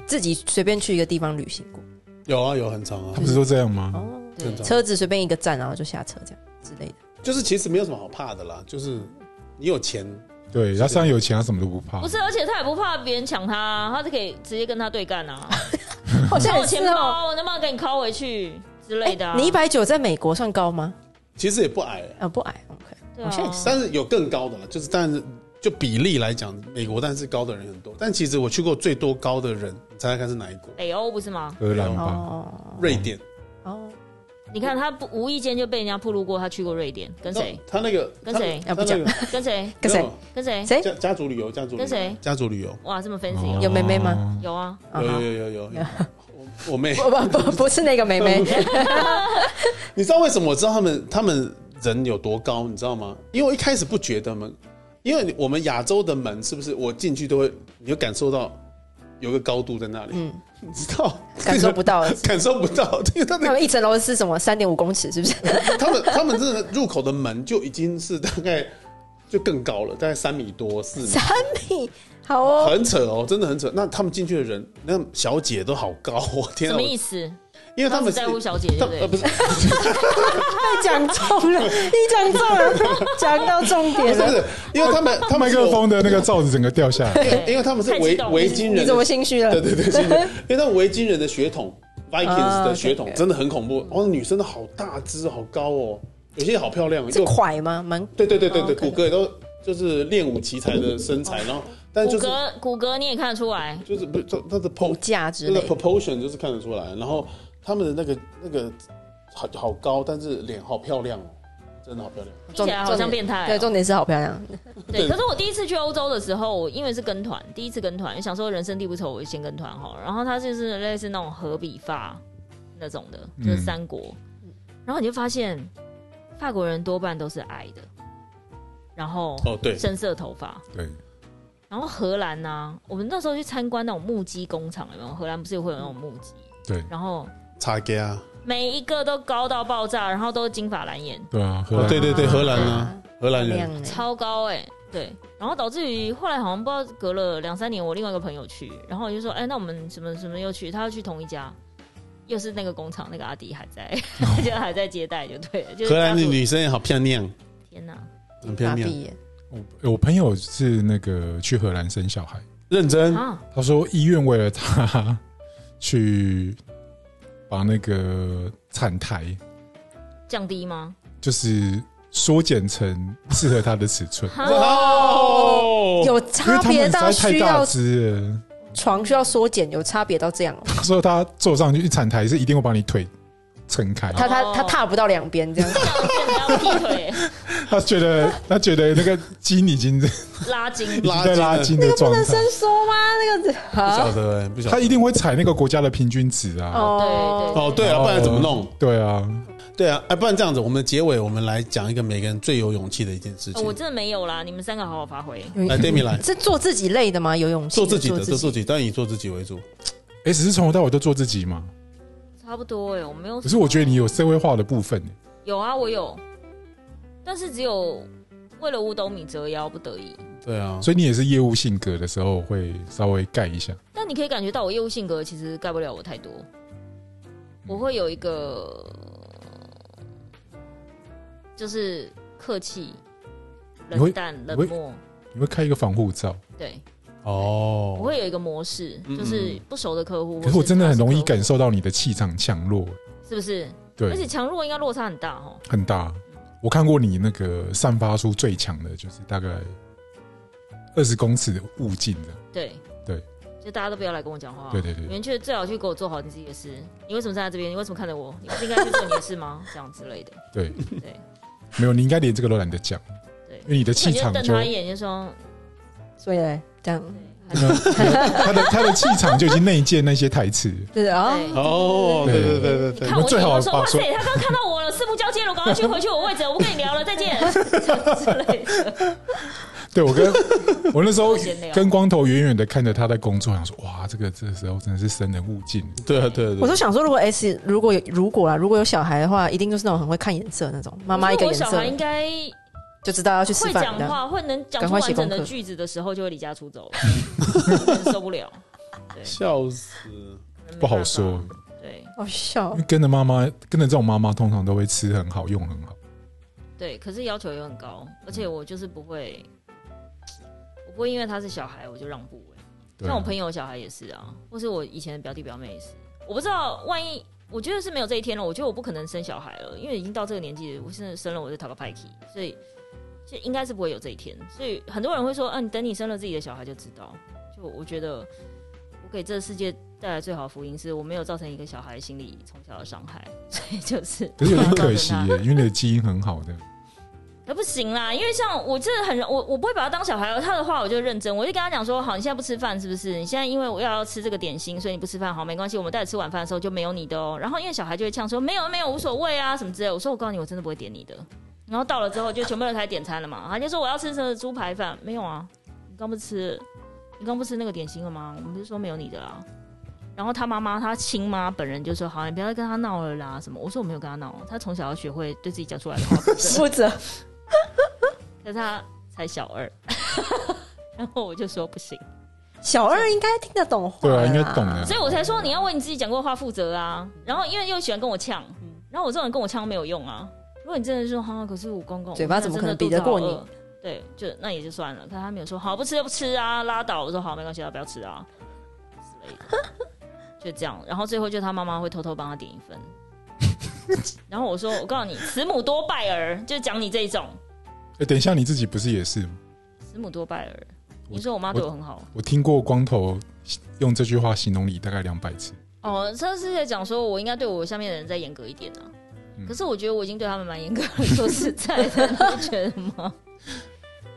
D: 自己随便去一个地方旅行过？
B: 有啊，有很长啊
A: 他，不是都这样吗？
D: 哦，
C: 对
B: 正，常
D: 车子随便一个站，然后就下车这样之类的。
B: 就是其实没有什么好怕的啦，就是你有钱，
A: 对，他身上有钱，他什么都不怕
C: 不。是，而且他也不怕别人抢他，他就可以直接跟他对干啊。
D: 好
C: 抢
D: 像
C: 我
D: 也
C: 钱
D: 是哦。哎
C: 包，我能不能给你拷回去之类的、啊
D: 你一百九在美国算高吗？
B: 其实也不矮，
D: 啊，不矮，OK。
C: 对啊
D: 我现在也是
B: 但是有更高的啦，就是但是就比例来讲，美国但是高的人很多，但其实我去过最多高的人，你猜猜看是哪一国？
C: 北欧不是吗？
A: 荷兰吧，
D: 哦
B: 瑞典。
D: 哦，
C: 你看他不无意间就被人家暴露过，他去过瑞典，跟谁？
B: 哦他那个
C: 跟谁
B: 他
D: 啊不讲
B: 他那个
C: 跟谁？
D: 跟谁
B: 没？
C: 跟谁？
D: 谁
B: 有家家族旅游，家族旅游
C: 跟谁？
B: 家族旅游，
C: 哇，这么 fancy
D: 有
C: 哦！
D: 妹妹吗
A: 哦？
C: 有啊，
B: 有有
D: 啊
B: 有有有 有。我我妹，
D: 哈不 不不是那个妹妹，
B: 你知道为什么我知道他们他们人有多高，你知道吗？因为我一开始不觉得门，因为我们亚洲的门是不是我进去都会，你就感受到有个高度在那里，
D: 嗯
B: 你知道
D: 感受不到。
B: 感受不到，因为他
D: 他
B: 们
D: 们一层楼是什么？三点五公尺 是不是？
B: 他们他们真的入口的门就已经是大概就更高了，大概三米多四米。
D: 三米，好哦。
B: 很扯哦，真的很扯。那他们进去的人，那小姐都好高、哦，天
C: 什
B: 啊！
C: 么
B: 我
C: 意思？
B: 因为他
C: 他
B: 们
C: 只
B: 是
C: 在乎小姐，对
B: 他
C: 不
B: 呃
C: 对
B: 不？是，
D: 被哎讲中了，你讲中 了，讲到重
B: 不
D: 点
B: 是不
D: 了。
B: 是，因为他们他们
A: 麦
B: 是
A: 克风的那个罩子整个掉下来，
B: 因为因为他们是
C: 太激
B: 维
C: 动了
B: 维京
D: 你
B: 人
D: 怎么
B: 的，
D: 心虚了？
B: 对对对，京 人因为他们维京人的血统，Vikings
D: 啊
B: 的
D: ，OK，
B: 血统
D: OK
B: 真的很恐怖。哦，女生都好大只，好高哦，有些好漂亮，
D: 是
B: 又
D: 快吗？蛮
B: 对对对对对，
D: 哦，OK
B: 骨骼也都就是练武奇才的身材，然后但
C: 骨
B: 就是
C: 骼骨骼你也看得出来，
B: 就是不他他的 pose
D: 架之
B: 那
D: 类
B: 个
D: 的，
B: proportion 就是看得出来，然后他们的那个那个好好高，但是脸好漂亮哦，真的好漂亮。
C: 听起来好像变态哦。
D: 对，重点是好漂亮。
C: 对，
B: 对
C: 可是我第一次去欧洲的时候，我因为是跟团，第一次跟团，想说人生地不熟，我就先跟团好了。然后它就是类似那种荷比法那种的，
B: 嗯
C: 就是三国。然后你就发现，法国人多半都是矮的，然后
B: 哦，对，
C: 深色头发。
A: 对，
C: 然后荷兰呐、我们那时候去参观那种木屐工厂，有没有？荷兰不是会有那种木屐？
A: 对
C: 然后
B: 差给啊，
C: 每一个都高到爆炸，然后都是金发蓝眼，
A: 对啊，荷
B: 哦，
A: 兰
B: 对对对，
C: 啊
B: 荷兰啊，荷兰
D: 亮
B: 人，
D: 欸
C: 超高哎、对，然后导致于后来好像不知道隔了两三年，我另外一个朋友去，然后我就说，哎、那我们什么什么又去，他要去同一家，又是那个工厂，那个阿迪还在，
A: 哦
C: 就还在接待，就对了，就是
B: 荷兰的
C: 家属
B: 女生也好漂亮，
C: 天哪，
B: 很
D: 麻
B: 漂亮，
D: 痹耶，
A: 我我朋友是那个去荷兰生小孩，
B: 认真。
C: 啊，
A: 他说医院为了他去把那个产台
C: 降低吗？，
A: 就是缩减成适合他的尺 寸
C: 哈
B: 哦，
D: 啊有
A: 因为
D: 差
A: 他
D: 别
A: 们实
D: 到
A: 在太
D: 需
A: 大
D: 要
A: 只了。
D: 床需要缩减，有差别到这样哦。
A: 他说他坐上去一产台是一定会把你腿撑开，
D: 他他
C: 哦
D: 他踏不到两边 这样，
C: 这样变得要劈腿、
A: 他觉得他觉得那个筋已经已
C: 拉筋，
A: 经在拉筋的状态，
D: 缩吗？那个
B: 不
D: 啊
B: 晓得哎，不晓得。
A: 他一定会踩那个国家的平均值啊。
C: 对对
B: 哦，对啊，不然怎么弄？
A: 对啊，
B: 对啊，哎，不然这样子，我们的结尾我们来讲一个每个人最有勇气的一件事
C: 呃我
B: 情。
C: 真的没有啦，你们三个好好发挥。
B: 来，Demi 来，
D: 是做哦自己类的吗？游泳
B: 做自己的，做自己，但以做自己为主。
A: 哎，只是从头到尾都做自己嘛。
C: 差不多哎、我没有。
A: 可是我觉得你有社会化的部分欸，
C: 有啊，我有，但是只有为了五斗米折腰，不得已。
B: 对啊，
A: 所以你也是业务性格的时候会稍微盖一下。
C: 但你可以感觉到我业务性格其实盖不了我太多，我会有一个就是客气、
A: 你会
C: 冷淡、冷
A: 会
C: 漠，
A: 你会开一个防护罩，
C: 对，
B: 哦，
C: 我会有一个模式，
B: 嗯
C: 就是不熟的客户，
A: 可是我真的很容易
C: 改，
A: 感受到你的气场强弱，
C: 是不是？而且
A: 对，
C: 强弱应该落差很大哦。
A: 很大。我看过你那个散发出最强的，就是大概二十公尺的物镜的，
C: 对
A: 对，
C: 就大家都不要来跟我讲话。
A: 对对对
C: 你们去最好去给我做好你自己的事。你为什么站在这边？你为什么看着我？你不是应该去做你的事吗？这样之类的。
A: 对
C: 对，
A: 没有，你应该连这个都懒得讲，
C: 对
A: 因为你的气场
C: 我就
A: 就
C: 瞪他一眼，就说嗯
D: 所以嘞这样
A: 他的他的气场就已经内建那些台词，
D: 对啊，
C: 对。
B: 哦，对对对对对，
C: 看我一
A: 最
C: 眼
A: 好
C: 就说：“
A: 把
C: 哇
A: 说
C: 塞，他刚看到我了，四目交接了，我赶快去回去我位置，我不跟你聊了，再见。”这样之类的，
A: 对我跟我那时候
C: 好闲聊
A: 跟光头远远的看着他在工作，想说哇，这个这个时候真的是生人勿近。
B: 对啊对啊
D: 我
B: 对
D: 都
B: 啊。
D: 想说，如果 S 如果有如果啊啦，如果有小孩的话，一定就是那种很会看颜色那种，妈妈一个
C: 我
D: 颜
C: 小孩应
D: 色
C: 该
D: 就知道要去吃
C: 会
D: 饭
C: 讲
D: 这样。
C: 话，会能讲
D: 赶
C: 出
D: 快
C: 完
D: 写
C: 整的
D: 功课
C: 句子的时候，就会离家 出走了，真的受不了，
B: 笑死！
A: 不好说。
C: 嗯对
D: 好哦笑
A: 因为，跟着妈妈，跟着这种妈妈，通常都会吃很好，用很好。
C: 对，可是要求也很高，而且
A: 嗯
C: 我就是不会，我不会因为他是小孩我就让步、欸。
A: 对啊
C: 像我朋友小孩也是啊，或是我以前的表弟表妹也是。我不知道，万一我觉得是没有这一天了，我觉得我不可能生小孩了，因为已经到这个年纪了，我现在生了我就讨个派气，所以就应该是不会有这一天。所以很多人会说，嗯、你等你生了自己的小孩就知道。就我觉得，我给这个世界带来最好的福音是我没有造成一个小孩心理从小的伤害，所以就是
A: 可是有点
C: 不要造
A: 可
C: 成
A: 惜
C: 他
A: 耶，因为你的基因很好的，
C: 那不行啦，因为像我真的很我我不会把他当小孩，他的话我就认真，我就跟他讲说，好，你现在不吃饭是不是？你现在因为我要吃这个点心，所以你不吃饭，好，没关系，我们待会吃晚饭的时候就没有你的哦。然后因为小孩就会呛说，没有没有，无所谓啊什么之类的。我说我告诉你，我真的不会点你的。然后到了之后就全部人开始点餐了嘛，他就说我要吃什么猪排饭，没有啊，你刚不吃，你刚不吃那个点心了吗？我们就说没有你的啦。然后他妈妈，他亲妈本人就说：“好，你不要再跟他闹了啦，什么？”我说我没有跟他闹，他从小要学会对自己讲出来的话负责。
D: 负责
C: 可是他才小二，然后我就说不行，
D: 小二应该听得懂话
A: 对
D: 啦，
A: 啊，应该懂
D: 嗯
A: 的。
C: 所以我才说你要为你自己讲过的话负责啊。然后因为又喜欢跟我呛，
D: 嗯
C: 然后我这种人跟我呛没有用啊。如果你真的说哈、可是我公公
D: 嘴巴怎么可能比得过你？
C: 我现在真的肚子好饿对，就那也就算了。可他没有说好不吃就不吃啊，拉倒。我说好没关系啊，不要吃啊之类的， 就这样。然后最后就他妈妈会偷偷帮他点一份。然后我说我告诉你，慈母多败儿，就讲你这一种
A: 哎，等一下，你自己不是也是吗？
C: 慈母多败儿。
A: 我
C: 你说我妈对我很好
A: 我听过光头用这句话形容你大概两百次。
C: 哦，他是在讲说我应该对我下面的人再严格一点啊。
A: 嗯
C: 可是我觉得我已经对他们蛮严格了，说实在的，你不觉得吗？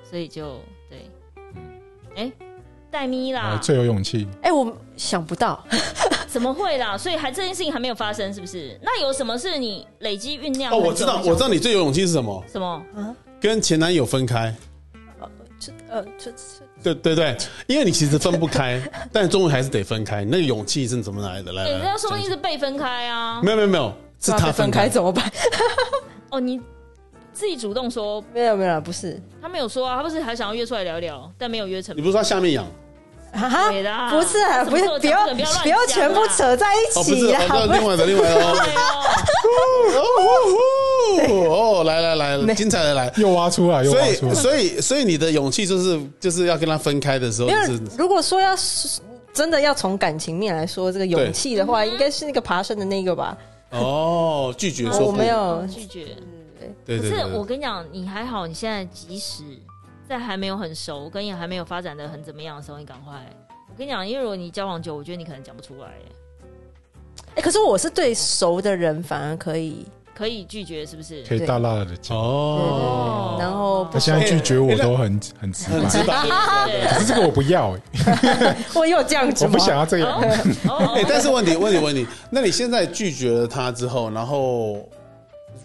C: 所以就对
A: 嗯，
C: 哎、戴咪
A: 啊，
C: 啦，
A: 最有勇气，
D: 哎、我想不到，
C: 怎么会啦？所以还这件事情还没有发生，是不是？那有什么是你累积酝酿
B: 哦，
C: 很久
B: 我
C: 很久？
B: 知道，我知道你嗯最有勇气是什么，
C: 什么？
B: 跟前男友分开。
D: 就呃，就就
B: 对对对，因为你其实分不开，但终于还是得分开。那个勇气是怎么来的？来来，
C: 哎、人家说不
B: 讲
C: 定是被分开啊。
B: 没有没有没有，是
D: 不知道
B: 他
D: 被分开
B: 开。
D: 怎么办？
C: 哦，你自己主动说，
D: 没有没有，不是，
C: 他没有说啊，他不是还想要约出来聊聊，但没有约成
B: 你。不是说他下面痒？
D: 哈哈
C: 对啦，
D: 不是啊，
C: 这
D: 不
C: 么
D: 是
C: 做，
D: 不
C: 这
D: 要
C: 个不要乱
D: 不要
C: 讲
D: 全部
C: 啦
D: 扯在
B: 哦，
D: 一
B: 不是，
D: 起
B: 哦
D: 啦，
B: 那另外的另外的
C: 对
B: 哦。
C: 哦。
B: 哦哦，哦来来来，
D: 没
B: 精彩的来。
A: 又挖出来，又
B: 所
A: 挖出
B: 以
A: 来。
B: 所以所以你的勇气就是就是要跟他分开的时候
D: 没有
B: 是。，
D: 如果说要是真的要从感情面来说，这个
B: 对
D: 勇气的话，应该是那个爬山的那个吧？
B: 哦，拒绝
D: 我
B: 说不
D: 没，有
C: 哦，拒绝。
B: 对
C: 可
B: 对
C: 是
B: 对，
C: 我跟你讲，你还好，你现在及时在还没有很熟，跟也还没有发展的很怎么样的时候，你赶快。我跟你讲，因为如果你交往久，我觉得你可能讲不出来，哎
D: 哎、可是我是对熟的人反而可以，
C: 可以拒绝是不是？
A: 可以大大的讲，
B: 哦，
C: 哦
D: 然后
A: 他
D: 不
A: 现在拒绝我都很很直
B: 很直
A: 白，
B: 白。
C: 对
A: 可是这个我不要，欸
D: 我有这样子
A: 我
D: 吗？
A: 不想要这样。
C: 哦哦
B: 哎，但是问题问题问题，那你现在拒绝了他之后，然后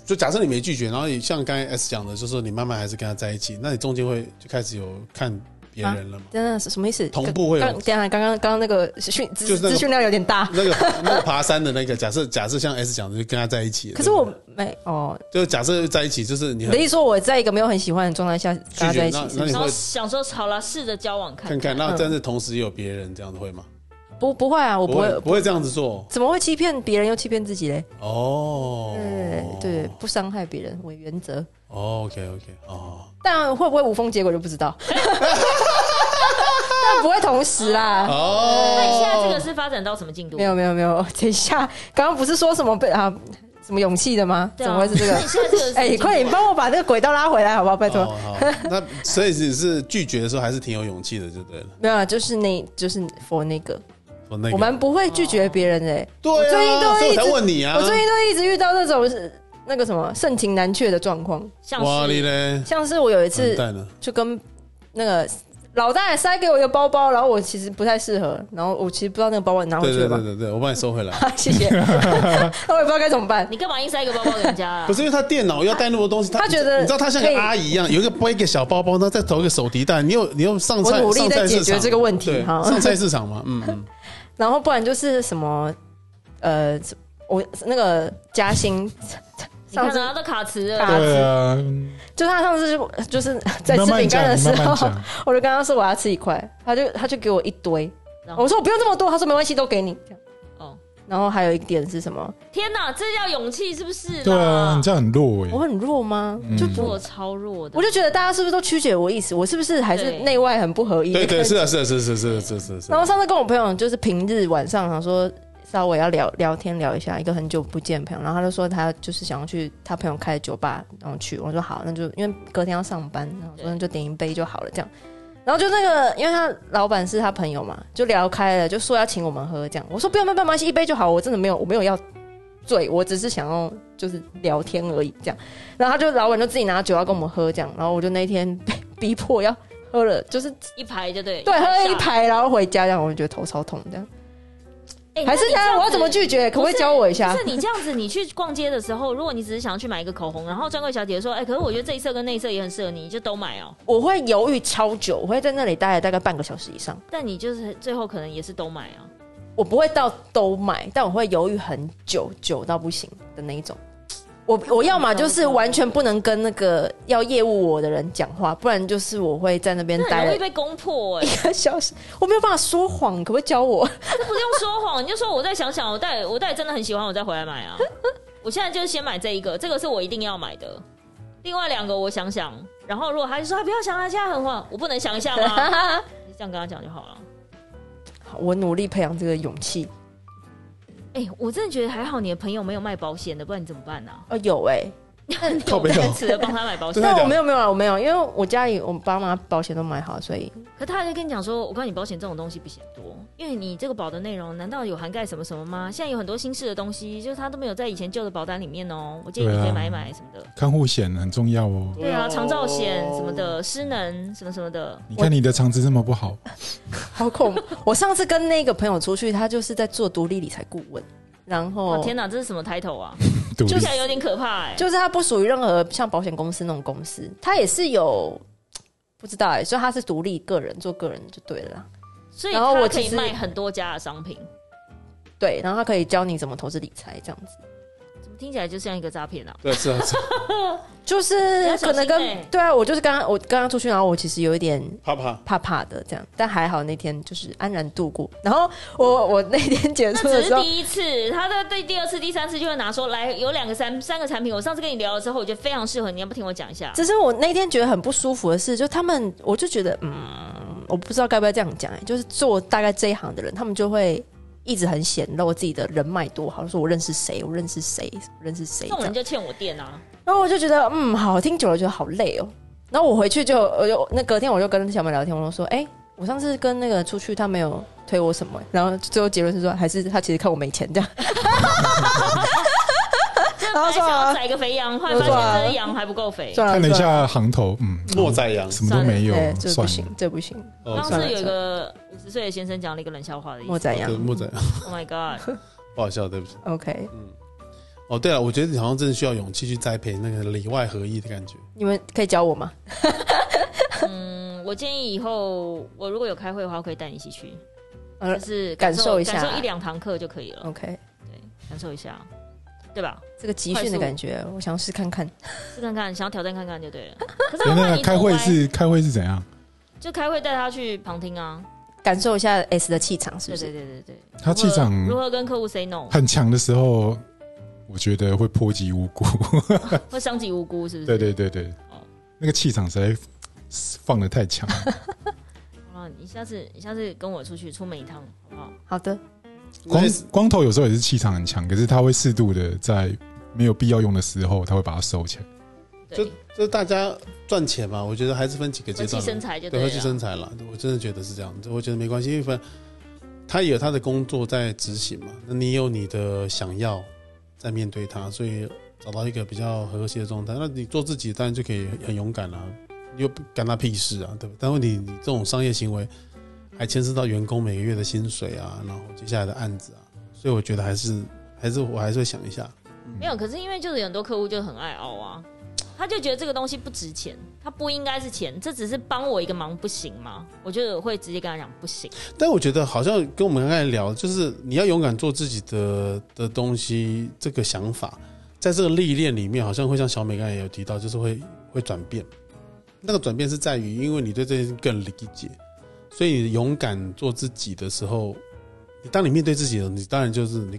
B: 就假设你没拒绝，然后你像刚才 S 讲的，就是说你慢慢还是跟他在一起，那你中间会就开始有看别人了 吗？
D: 真的是什么意思？
B: 同步会有
D: 刚刚等一下，刚刚刚刚那个讯
B: 就
D: 资
B: 是那个
D: 资讯量有点大，
B: 那个那个爬山的那个，假设假设像 S 讲的，就跟他在一起了。
D: 可是我没哦，
B: 就假设在一起，就是你
D: 你
B: 很
D: 的意思说我在一个没有很喜欢的状态下跟他在一起
B: 那
D: 是
B: 那
D: 不
B: 你
D: 是，
C: 然后
B: 会
C: 想说好了，试着交往看
B: 看看，那
D: 嗯
B: 但是同时也有别人，这样子会吗？
D: 不不会啊，我不会，
B: 不会这样子做
D: 怎么会欺骗别人又欺骗自己嘞？
B: 哦。
D: 对对，不伤害别人为原则，
B: ，OK OK，哦，
D: 但会不会无缝接轨就不知道， 但不会同时啦。
B: 哦，
C: 那你现在这个是发展到什么进度？
D: 没有没有没有，等一下，刚刚不是说什么被啊什么勇气的吗？
C: 对
D: 怎
C: 啊
D: 么会 是这个
C: 那你？现在这个是啊
D: 哎，快点帮我把那个轨道拉回来，好不好？拜托。
B: 哦好，那所以你是拒绝的时候还是挺有勇气的，就对了。
D: 没有啊，就是那，就是 for 那个，
B: 我那个
D: 我们不会拒绝别人的、欸。
B: 对
D: 我最近
B: 啊，所以我
D: 都一
B: 才
D: 直，
B: 问你啊。
D: 我最近都一直遇到那种是那个什么盛情难却的状况，
C: 像
B: 哇你
C: 是
B: 嘞，
D: 像是我有一
B: 完
D: 次
B: 蛋了，
D: 就跟那个老大爷塞给我一个包包，然后我其实不太适合，然后我其实不知道那个包包你拿回
B: 对
D: 去了
B: 对
D: 吧
B: 对？对对，我帮你收回来。
D: 哈 谢谢，那我也不知道该怎么办。
C: 你干嘛硬塞一个包包给人家啊
B: 不？是因为他电脑要带那么多东西，
D: 他觉得
B: 你知道他像
D: 可以
B: 个阿姨一样，有一个背一个小包包，然后再投一个手提袋。你有你有上
D: 我
B: 菜，
D: 努力
B: 上菜
D: 在解
B: 市场
D: 决这个问题
B: 对
D: 哈
B: 上菜市场嘛，嗯 嗯，
D: 然后不然就是什么，呃，我那个嘉兴
C: 你
D: 上
C: 看
D: 次
C: 啊，都卡词 了，
D: 卡
A: 对啊，
D: 就他上次就就是在
A: 慢
D: 吃
A: 慢
D: 饼
A: 讲，
D: 干的
A: 你
D: 时
A: 慢慢
D: 候，
A: 讲。
D: 我就跟他说我要吃一块，他就他就给我一堆，
C: 然后
D: 我说我不用这么多，他说没关系，都给你。这样
C: 哦，
D: 然后还有一点是什么？
C: 天哪，这叫勇气是不是啦？
A: 对啊，你这样很弱
D: 我
A: 哎。
D: 很弱吗？就不，
C: 弱超弱的，
D: 我就觉得大家是不是都曲解我意思？我是不是还是
C: 对
D: 内外很不合一？
B: 对对是啊是啊是啊是啊是啊是啊是啊是
D: 然
B: 啊
D: 后上次跟我朋友就是平日晚上，想说稍微要聊聊天聊一下，一个很久不见的朋友，然后他就说他就是想要去他朋友开的酒吧，然后去，我说好，那就因为隔天要上班，然后我说
C: 对
D: 那就点一杯就好了，这样。然后就那个，因为他老板是他朋友嘛，就聊开了，就说要请我们喝，这样。我说不用，不用，没关系，一杯就好，我真的没有，我没有要醉，我只是想要就是聊天而已，这样。然后他就老板就自己拿酒要跟我们喝，这样。然后我就那天 被逼迫要喝了，就是
C: 一排就对，
D: 对，喝了
C: 下
D: 一。排，然后回家，这样我就觉得头超痛，这样。
C: 哎
D: 还是
C: 那你这样
D: 他，
C: 子
D: 我要怎么拒哎绝？可不可以教我一下
C: 不？是你这样子，你去逛街的时候，如果你只是想要去买一个口红，然后专柜小姐姐说：“哎、可是我觉得这一色跟那一色也很适合你，你就都买哦。
D: 我会犹豫超久，我会在那里待了大概半个小时以上。”
C: 但你就是最后可能也是都买啊。
D: 我不会到都买，但我会犹豫很久，久到不行的那一种。我我要么就是完全不能跟那个要业务我的人讲话，不然就是我会在那边
C: 那很
D: 待
C: 容易
D: 了
C: 被攻破哎、
D: 一个小时，我没有办法说谎，可不可以教我？
C: 这不用说谎，你就说我再想想，我待我待真的很喜欢，我再回来买啊。我现在就是先买这一个，这个是我一定要买的。另外两个我想想，然后如果他就说他不要想啊，现在很晚，我不能想一下吗？你这样跟他讲就好了。
D: 好 我努力培养这个勇气。
C: 哎、我真的觉得还好，你的朋友没有卖保险的，不然你怎么办呢、 啊？
D: 哦，有哎、
B: 靠
C: 我
B: 背
C: 仁
B: 哦，
C: 慈的帮他买保险
B: 真，的
D: 但
B: 假
D: 我
B: 的
D: 没有没有啊，我没有，因为我家里我爸妈保险都买好，所以
C: 可他还在跟你讲说，我告诉你，保险这种东西不嫌多，因为你这个保的内容难道有涵盖什么什么
D: 嗯
C: 吗？现在有很多新式的东西，就是他都没有在以前旧的保单里面哦。我建议你
A: 对啊
C: 可以买一买什么的。
A: 看护险很重要哦。
C: 对啊，长照险什么的，失能什么什么的，
A: 你看你的肠子这么不好，
D: 好恐怖。我上次跟那个朋友出去，他就是在做独立理财顾问，然
C: 哇
D: 后
C: 哦天哪，这是什么 title 啊？
A: 独立
C: 听起来有点可怕哎、
D: 哦就是他不属于任何像保险公司那种公司，他也是有不知道哎、所以他是独立个人做个人就对了啦。
C: 所以
D: 然后
C: 他可
D: 我其
C: 以
D: 实
C: 卖很多家的商品，
D: 对，然后他可以教你怎么投资理财，这样子，
C: 怎么听起来就像一个诈 骗啊？
B: 对，是啊，是啊
D: 就是
C: 要小
D: 可能
C: 心
D: 跟、
C: 欸
D: 对啊，我就是刚刚我刚刚出去，然后我其实有一点
B: 怕怕。
D: 怕怕的这样，但还好那天就是安然度过。然后我我那天结
C: 那
D: 束的
C: 只
D: 时
C: 是
D: 候，
C: 第一次，他在对第二次、第三次就会拿说来有两个三三个产品，我上次跟你聊了之后，我觉得非常适合，你要不听我讲一下？
D: 只是我那天觉得很不舒服的是，就他们我就觉得嗯，我不知道该不该这样讲、欸，就是做大概这一行的人，他们就会。一直很显露自己的人脉多好，说我认识谁，我认识谁，我认识谁
C: 这
D: 这
C: 种人
D: 样。
C: 就欠我店啊！
D: 然后我就觉得，嗯，好听久了觉得好累哦。然后我回去就，我就那隔天我就跟小美聊天，我就说，哎、我上次跟那个出去，他没有推我什么、然后最后结论是说，还是他其实看我没钱这样。
C: 哎
D: 然后
C: 还
D: 说
C: 想要
D: 啊，
C: 宰一个肥羊，后来
D: 我
C: 发
D: 说啊
C: 现这羊还不够肥。
D: 算
A: 看
D: 了
A: 了一
D: 算了，
A: 下行头，嗯，
B: 莫宰羊，
A: 什么都没有
D: 对，，这
A: 算了
D: 不行，这不行，
B: 啊哦
C: 当
D: 算了
C: 时有一个五十岁的先生讲了一个冷笑话的意
D: 莫
C: 思。
D: 宰羊
B: 对，莫宰羊，
C: Oh my god！
B: 不好笑，对不起。
D: ，OK。
B: 哦，对了，我觉得你好像真的需要勇气去栽培那个里外合一的感觉。
D: 你们可以教我吗？
C: 嗯，我建议以后我如果有开会的话，我可以带你一起去，就
D: 呃
C: 是
D: 感受一
C: 感
D: 下哦
C: 受一两堂课就可以了，
D: ，OK，
C: 对，感受一下，对吧？
D: 这个集训的感觉，我想试看看。
C: 试看看，想要挑战看看就对 了。可是
A: 哎
C: 他
A: 那
C: 怕
A: 个
C: 你
A: 开
C: 走
A: 会
C: 歪
A: 是开会是怎样？
C: 就开会带他去旁听啊，
D: 感受一下 S 的气场，是
C: 对
D: 不是
C: 对？对对对。
A: 他气场
C: 如何如何跟客户 say no，
A: 很强的时候，我觉得会波及无 辜。
C: 会伤及无辜是不是？
A: 对对对对
C: 哦，
A: 那个气场实在放的太 强了。
C: 好了，你下次你下次跟我出去出门一趟好不好？
D: 好的，
A: 光
B: 那是
A: 光头有时候也是气场很强，可是他会适度的在没有必要用的时候，他会把它收起来。
B: 就
C: 对，
B: 就大家赚钱嘛，我觉得还是分几个阶
C: 和气
B: 段
C: 生
B: 的，
C: 财就啊
B: 对，
C: 了
B: 会。去生财了。我真的觉得是这样，我觉得没关系，因为反正他也有他的工作在执行嘛，那你有你的想要在面对他，所以找到一个比较和谐的状态，那你做自己当然就可以很勇敢啦、你又不干他屁事啊，对吧？但问题你这种商业行为还牵涉到员工每个月的薪水啊，然后接下来的案子啊，所以我觉得还是还是我还是会想一下。
C: 没有，可是因为就是有很多客户就很爱熬啊，他就觉得这个东西不值钱，他不应该是钱，这只是帮我一个忙，不行吗？我就会直接跟他讲不行。
B: 但我觉得好像跟我们刚才聊，就是你要勇敢做自己的的东西，这个想法，在这个历练里面，好像会像小美刚才也有提到，就是会会转变。那个转变是在于，因为你对这件事更理解，所以你勇敢做自己的时候，你当你面对自己的时候，你当然就是你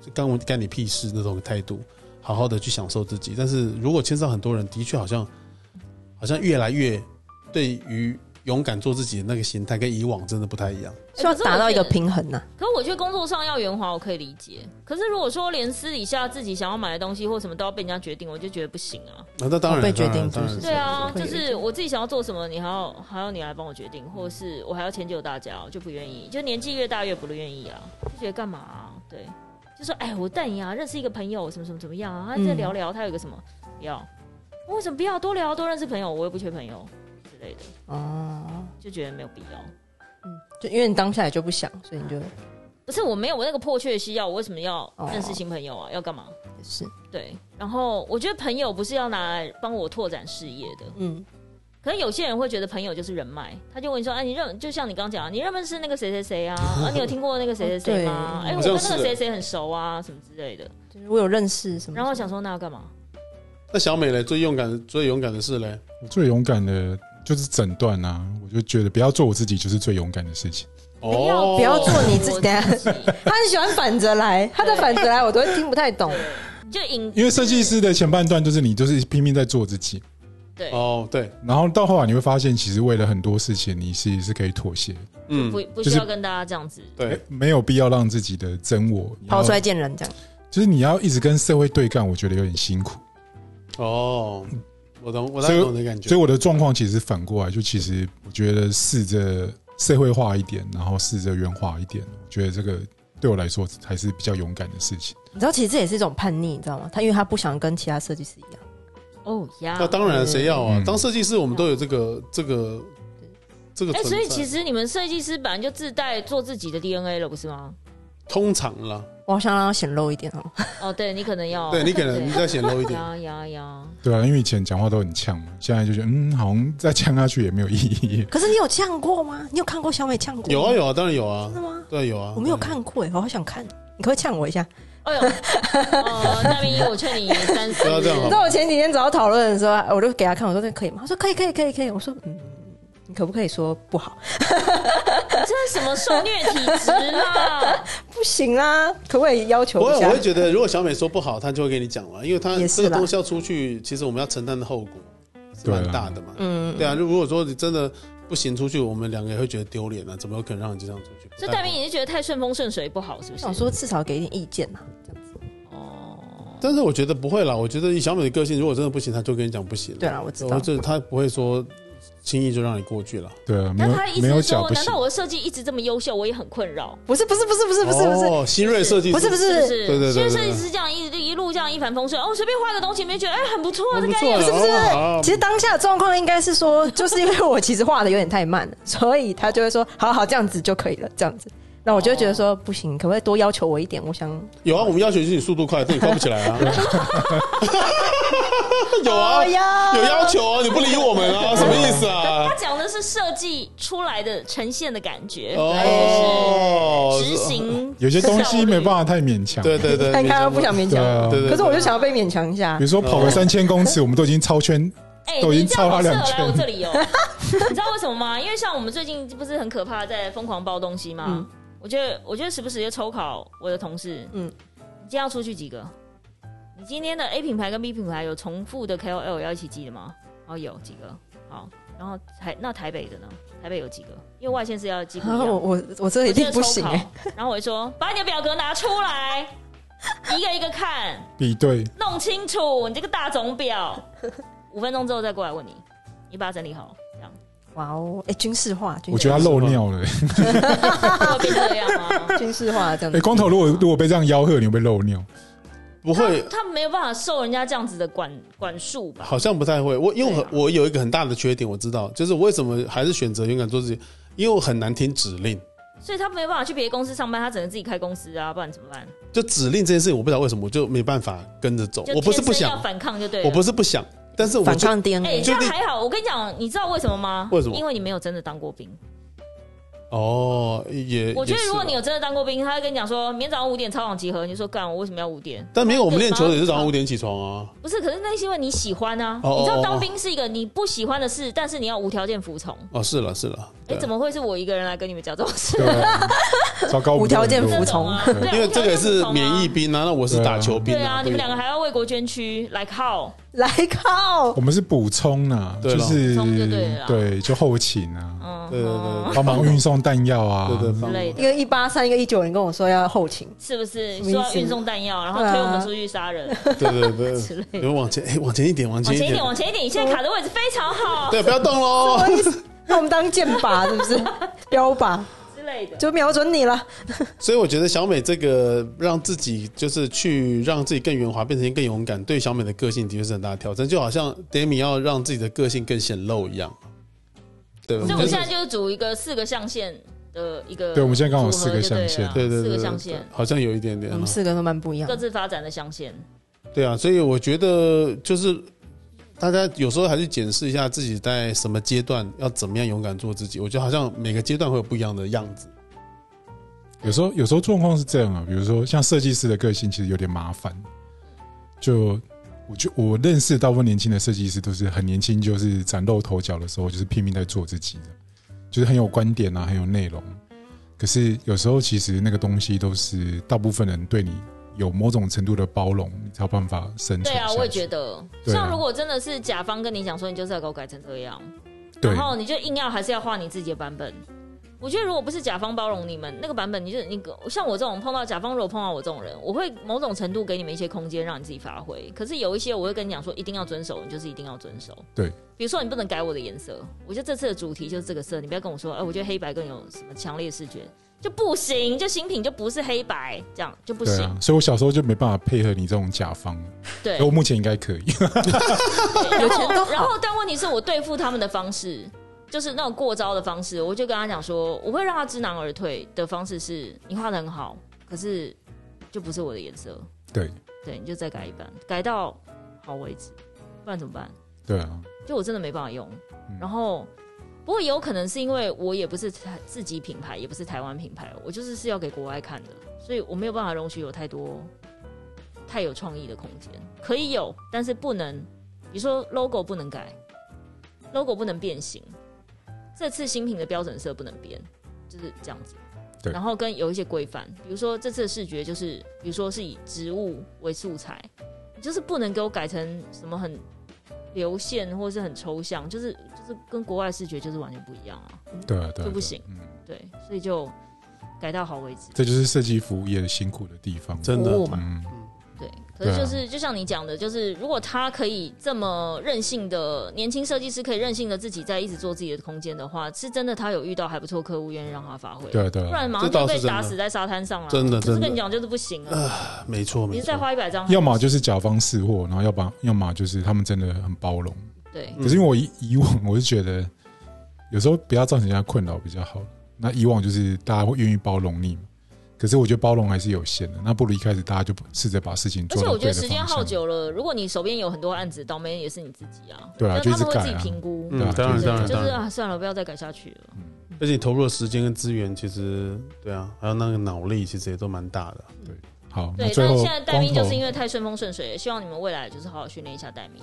B: 就干我干你屁事那种态度，好好的去享受自己。但是如果牵涉到很多人，的确好像好像越来越对于勇敢做自己的那个心态，跟以往真的不太一样。
D: 希望
C: 可是
D: 达到一个
C: 我觉得
D: 平衡呐。啊
C: 可是我觉得工作上要圆滑，我可以理解。可是如果说连私底下自己想要买的东西或什么都要被人家决定，我就觉得不行啊。
B: 啊，那当然
D: 被
B: 当然
D: 决定
B: 当然
D: 就是
C: 对啊，
D: 可
C: 就
D: 以理
C: 是
D: 解
C: 我自己想要做什么，你还要还要你来帮我决定，或者是我还要迁就大家，我就不愿意。就年纪越大越不愿意啊，就觉得干嘛、啊？对，就说哎，我带你啊，认识一个朋友，什么什么怎么样啊？他再
D: 嗯
C: 聊聊，他有个什么不要，我为什么不要？多聊多认识朋友，我又不缺朋友之类的，
D: 哦，
C: 就觉得没有必要。
D: 嗯，就因为你当下也就不想，所以你就也
C: 不是我没有我那个迫切的需要，我为什么要
D: 哦
C: 认识新朋友啊？要干嘛？
D: 是，
C: 对，然后我觉得朋友不是要拿来帮我拓展事业的，
D: 嗯，
C: 可能有些人会觉得朋友就是人脉，他就问你说：“哎、你认就像你刚刚讲啊，你认不认识那个谁谁 谁啊？啊，你有听过那个谁谁谁吗？
D: 对
C: 哎、
D: 好
C: 我
B: 像
C: 跟那个
B: 是嗯
C: 谁谁很熟啊，什么之类的。
D: 就是我有认识什”么，
C: 然后我想说那要干嘛？
B: 那小美嘞，最勇敢的最勇敢的事嘞，
A: 我最勇敢的就是诊断啊，我就觉得不要做我自己，就是最勇敢的事情。
B: 哦，
D: 不要做你自己
C: 我己
D: 他很喜欢反 着来，他的反着来我都会听不太懂。
C: 就引
A: 因为设计师的前半段就是你就是拼命在做自己，
C: 对，
B: 哦，对，
A: 然后到后来你会发现，其实为了很多事情，你其实是可以妥协，
B: 嗯，
C: 不不
A: 就
C: 需
A: 是
C: 要跟大家这样子。
B: 对，
A: 没有必要让自己的真我你要
D: 抛衰见人这样，
A: 就是你要一直跟社会对干，我觉得有点辛苦。
B: 哦，我懂，我大
A: 所以
B: 概懂你的感觉
A: 所以。我的状况其实反过来，就其实我觉得试着社会化一点，然后试着圆滑一点，我觉得这个对我来说还是比较勇敢的事情。
D: 你知道其实这也是一种叛逆，你知道吗？他因为他不想跟其他设计师一样，
C: 哦呀
B: 那，当然，谁要啊？
A: 嗯
B: 当设计师，我们都有这个这个这个
C: 哎，
B: 存在。
C: 所以其实你们设计师本来就自带做自己的 DNA 了，不是吗？
B: 通常啦，
D: 我好想让他显露一点哦。
C: 哦，对你可能要
B: 对你可能
C: 对
B: 要显露一 点。
C: 呀呀呀，
A: 对啊，因为以前讲话都很呛嘛，现在就觉得嗯，好像再呛下去也没有意义。
D: 可是你有呛过吗？你有看过小美呛过吗？
B: 有啊有啊，当然有啊
D: 真，的吗？
B: 对有啊。
D: 我没有看过哎，我好想看，你可不可以呛我一下？
C: 哎呦，哦，那边我劝你三十，
B: 不要这样好
D: 你知道我前几天找他讨论的时候，我就给他看，我说这可以吗？他说可以，可以，可以，可以。我说嗯，你可不可以说不好？
C: 这是什么受虐体质啊啦？
D: 不行啦，可不可以要求
B: 不会，
D: 一
B: 我
D: 下
B: 会？觉得，如果小美说不好，她就会跟你讲了，因为她
D: 也
B: 这
D: 是
B: 个
D: 啦
B: 东西要出去，其实我们要承担的后果是蛮大的嘛。
D: 嗯，
B: 对啊，如如果说你真的不行出去，我们两个也会觉得丢脸啊，怎么有可能让你就这样出去？
C: 所以大明你是觉得太顺风顺水不好，是不
D: 想
C: 是？
D: 说至少给一点意见啊呐，这样子。
C: 哦，
B: 但是我觉得不会啦，我觉得以小美的个性，如果真的不行，她就跟你讲不行。
D: 对啦，我知
B: 然
D: 道
B: 后。这她不会说轻易就让你过去了。
A: 对啊，没
C: 但
A: 有
C: 他的意
A: 没
C: 思
A: 有
C: 是
A: 脚
C: 说，
A: 不
C: 难
A: 行
C: 道。我的设计一直这么优秀，我也很困扰？
D: 不是不是不是不是不是不是
B: 哦，新锐设计师
D: 不是不
C: 是不
D: 是
C: 是？
B: 对对对对
C: 因为设计师这样一一路这样一帆风顺，哦，随便画个东西，你们就觉得哎很不错，
B: 很
C: 这
B: 不
C: 个
B: 错
C: 也
B: 啊，
C: 不
D: 是不是
B: 哦好
D: 其实当下的状况应该是说，就是因为我其实画的有点太慢了，所以他就会说好好这样子就可以了，这样子。那我就会觉得说不行，可不可以多要求我一点？我想
B: 有啊，我们要求就是你速度快，但你快不起来 啊。有啊，
D: 哎呀
B: 有要求啊，你不理我们 啊，什么意思啊
C: 他？讲的是设计出来的呈现的感觉，
D: 哎
B: 哦，
C: 执行
A: 有些东西没办
C: 法。
A: 法太勉强。
B: 对对对，
D: 看看不想
A: 对
D: 勉强，
A: 啊，
B: 对对
D: 可是我就想要被勉强一下
A: 比如。说跑了三千公尺，我们都已经超圈，
C: 哎、
A: 抖
C: 你
A: 音
C: 这
A: 超他
C: 样好适
A: 两
C: 合来我
A: 圈
C: 这 里哦。你知道为什么吗？因为像我们最近不是很可怕，在疯狂包东西吗？
D: 嗯
C: 我觉得，我觉得时不时就抽考我的同事。嗯，
D: 嗯
C: 你今天要出去几个？你今天的 A 品牌跟 B 品牌有重复的 KOL 要一起记的吗？哦，有几个。好，然后台那台北的呢？台北有几个？因为外线是要记不一
D: 然
C: 样
D: 后 我我我这一定不行
C: 我
D: 哎、
C: 觉得抽考然后我就说，把你的表格拿出 来，一个一个看，
A: 比对，
C: 弄清楚你这个大总表。五分钟之后再过来问你，你把它整理好，这样
D: 哇哦，哎、军事化，军
A: 我觉得
D: 事
A: 他漏尿 了。
C: 会变这样 吗？
D: 军事化这样
A: 哎，
D: 子。
A: 光头，如果如果被这样吆喝，你会不会漏尿？
B: 不会，
C: 他没有办法受人家这样子的管管束吧？
B: 好像不太会。我因为我
C: 对啊
B: 我有一个很大的缺点，我知道，就是我为什么还是选择勇敢做自己，因为我很难听指令。
C: 所以他没有办法去别的公司上班，他只能自己开公司啊，不然怎么办？
B: 就指令这件事情，我不知道为什么，我就没办法跟着走
C: 就。
B: 我不是不
C: 天生要
B: 想，
C: 反啊抗就对了。
B: 我不是不想，但是我
D: 反
B: 就
D: 抗
C: 哎、
D: DNA，、
C: 这样
B: 就你
C: 还好。我跟你讲，你知道为什么吗？
B: 为什么
C: 因为你没有真的当过兵。
B: 哦，也
C: 我觉得
B: 也是
C: 如果
B: 啦
C: 你有真的当过兵，他会跟你讲说，明天早上五点操场集合，你就说干，我为什么要五点？
B: 但没有，我们
C: 对
B: 练球也是
C: 马
B: 早
C: 上
B: 上五点起床啊。
C: 不是，可是那是因为你喜欢啊。
B: 哦哦哦
C: 你知道当兵是一个你不喜欢的事，但是你要无条件服从。
B: 哦，是了是了，
C: 哎、
B: 对
C: 怎么会是我一个人来跟你们讲这种事？
A: 对啊，糟糕，我们
D: 无条件
A: 都很弱
D: 服从
C: 啊
A: 对
C: 对啊
B: 因为这个是
C: 无条件服从啊
B: 免疫兵啊，那我是打球兵
C: 对啊，你
B: 不一
C: 们
B: 样
C: 两个还要为国捐躯，like how？
D: 来靠
A: 我！们是补充啊，
B: 对
A: 就
B: 了
A: 是
C: 补充就对了啦
A: 对，就后勤 啊，
C: 嗯，
B: 对对对
A: 帮 忙运送弹药啊，
B: 对
C: 之类
B: 对
D: 一
C: 的，
D: 个一八三，一个一九零，跟我说要 后勤，
C: 是不是？
D: 什么意思
C: 说要运送弹药，然后
D: 对啊
C: 推我们出去杀人，
B: 对啊对对
C: 之类的
B: 对，你们往前，哎，往前一点，往
C: 往
B: 前
C: 前
B: 一
C: 一点，
B: 点，
C: 往前一点，你现在卡的位置非常好
B: 对，不要动喽。
D: 那我们当箭靶是 不是？标靶
C: 之类的。
D: 就瞄准你了。
B: 所以我觉得小美这个让自己就是去让自己更圆滑，变成更勇敢，对小美的个性的确是很大的挑战，就好像 Demi 要让自己的个性更显露一样，对吧？
C: 所以
B: 就
C: 我们
B: 是
C: 现在就是组一个四个象限的一个，
A: 对我们现在刚好四个象限
C: 限，
B: 对对
C: 四
B: 对
C: 个
B: 对
C: 象
B: 对
C: 限，，嗯
B: 好像有一点点
A: 嗯
D: 我
B: 啊、
D: 们四个都蛮不一样
C: 各，自发展的象限。
B: 对啊，所以我觉得就是大家有时候还是检视一下自己在什么阶段要怎么样勇敢做自己，我觉得好像每个阶段会有不一样的样子。
A: 有时候有时候状况是这样啊，比如说像设计师的个性其实有点麻烦，就我就我认识大部分年轻的设计师都是很年轻，就是崭露头角的时候，就是拼命在做自己的，就是很有观点啊，很有内容。可是有时候其实那个东西都是大部分人对你有某种程度的包容，你才有办法生存下
C: 对
A: 去。
C: 啊，我也觉得，
A: 对啊
C: 像如果真的是甲方跟你讲说你就是要给我改成这样，
A: 对
C: 然后你就硬要还是要画你自己的版本。我觉得如果不是甲方包容你们那个版本，你就你像我这种碰到甲方，如果碰到我这种人，我会某种程度给你们一些空间让你自己发挥。可是有一些我会跟你讲说，一定要遵守，你就是一定要遵守。
A: 对，
C: 比如说你不能改我的颜色，我觉得这次的主题就是这个色，你不要跟我说，哎、我觉得黑白更有什么强烈视觉，就不行，就新品就不是黑白，这样就不
A: 对
C: 行。
A: 啊，所以我小时候就没办法配合你这种甲方，
C: 对
A: 可我目前应该可以。
D: 有钱都
C: 然后，然
D: 好。
C: 后但问题是我对付他们的方式，就是那种过招的方式，我就跟他讲说，我会让他知难而退的方式是，你画的很好，可是就不是我的颜色，
A: 对
C: 对，你就再改一版，改到好为止，不然怎么办？
A: 对啊，
C: 就我真的没办法用
A: 嗯。
C: 然后，不过也有可能是因为我也不是台自己品牌，也不是台湾品牌，我就是是要给国外看的，所以我没有办法容许有太多太有创意的空间。可以有，但是不能，比如说 logo 不能改，logo 不能变形，这次新品的标准色不能变，就是这样子。
A: 对
C: 然后跟有一些规范，比如说这次的视觉就是，比如说是以植物为素材，你就是不能给我改成什么很流线或是很抽象，就是就是跟国外视觉就是完全不一样啊。
A: 对啊，对啊，
C: 这不行
A: 对啊。嗯，
C: 对，所以就改到好为止。
A: 这就是设计服务业辛苦的地方。
B: 真的
C: 服务嘛，
A: 嗯，
C: 对。可是就是、
A: 啊
C: 就像你讲的，就是如果他可以这么任性的年轻设计师，可以任性的自己在一直做自己的空间的话，是真的他有遇到还不错客户愿意让他发挥，
A: 对啊，对
C: 不
A: 啊
C: 然，马上
B: 这倒
C: 就是被
B: 真的
C: 打死在沙滩上啊！
B: 真的
C: 就是
B: 真的
C: 跟你讲就是不行啊！
B: 没错
C: 你
B: 没
C: 是再
B: 错，
C: 花一百张，
A: 呃要么就是甲方识货，然后要把，要么就是他们真的很包容。
C: 对
B: 嗯
A: 可是因为我以以往，我是觉得有时候不要造成人家困扰比较好。那以往就是大家会愿意包容你嘛，可是我觉得包容还是有限的。那不如一开始大家就试着把事情
C: 而
A: 做
C: 且
A: 到
C: 我觉
A: 对
C: 得
A: 的
C: 时间
A: 方
C: 耗
A: 向。
C: 久了，如果你手边有很多案子，倒霉也是你自己啊。
A: 对啊
C: 就是他
A: 就一
C: 们
A: 直
C: 会
A: 改啊
C: 自己评估。
A: 对啊
B: 嗯，当然
A: 就是
B: 当
C: 对，
B: 然
C: 就
B: 当
C: 是
B: 然，
C: 啊，算了，不要再改下去了。
B: 而且你投入的时间跟资源，其实对啊，还有那个脑力，其实也都蛮大 的。
A: 好，那
C: 对，
A: 最
C: 但
A: 后
C: 是现在待
A: 光
C: 命就是
A: 头
C: 因为太顺风顺水了，希望你们未来就是好好训练一下待 命。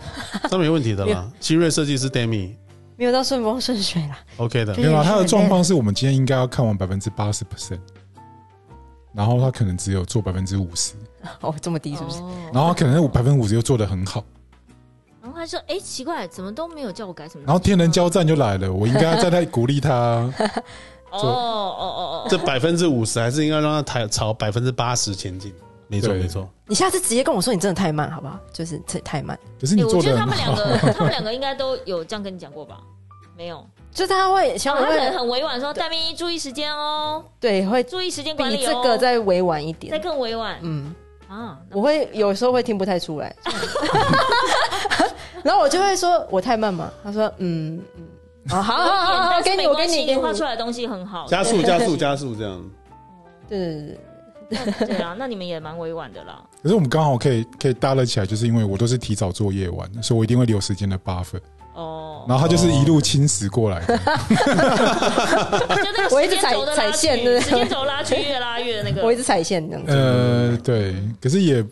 B: 那没问题的
D: 没
B: 啦。奇瑞设计师 Demi，OK、
D: 没有到顺风顺水啦，
B: 的
A: 没
D: 就，
A: 有啊，他的状况是我们今天应该要看完百分之八十 percent，然后他可能只有做百分之五十，
D: 哦，这么低是不是？
C: 哦
A: 然后可能百分之五十又做的很好，
C: 然后他说：“哎，奇怪，怎么都没有叫我改什么？”
A: 然后天人交战就来了，我应该要站在鼓励 他。
C: 哦哦哦
B: 这百分之五十还是应该让他抬朝百分之八十前进。没错
A: 对
B: 没错，
D: 你下次直接跟我说你真的太慢，好不好？就是太太慢，
A: 可是
C: 哦，
A: 你
C: 哎我
A: 做
C: 觉得
A: 的
C: 他
A: 很
C: 们两
A: 好，
C: 个， 他们两个应该都有这样跟你讲过吧？没有，
D: 就他会小
C: 哦他
D: 美
C: 可能
D: 会
C: 很委婉说：“戴咪，注意时间哦，
D: 对会
C: 注意时间管
D: 比
C: 理
D: 这
C: 哦。”
D: 个再委婉一
C: 再
D: 点，
C: 更委婉
D: 嗯。
C: 啊，
D: 我会有时候会听不太出来， 然后我就会说我太慢嘛。他说嗯嗯，啊好好好好，
C: 但
D: 好
C: 是
D: 给
C: 没
D: 你我给
C: 关
D: 你
C: 系
D: 给
C: 你
D: 你，
C: 画出来的东西很好。
B: 加 速加速加速这样。
D: 对对对对，
C: 对啊，那你们也蛮委婉的啦。
A: 可是我们刚好可以可以搭了起来，就是因为我都是提早做夜晚，所以我一定会留时间的 buffer，
C: 哦，
A: 然后他就是一路侵蚀过来的。
C: 就那
D: 我
C: 个
D: 一
C: 时
D: 直
C: 间
D: 踩
C: 轴的
D: 踩
C: 拉
D: 线
C: 距，
D: 对不对
C: 时间轴拉距越拉越那个。
D: 我一直踩线这样子。
A: 呃，对，可是也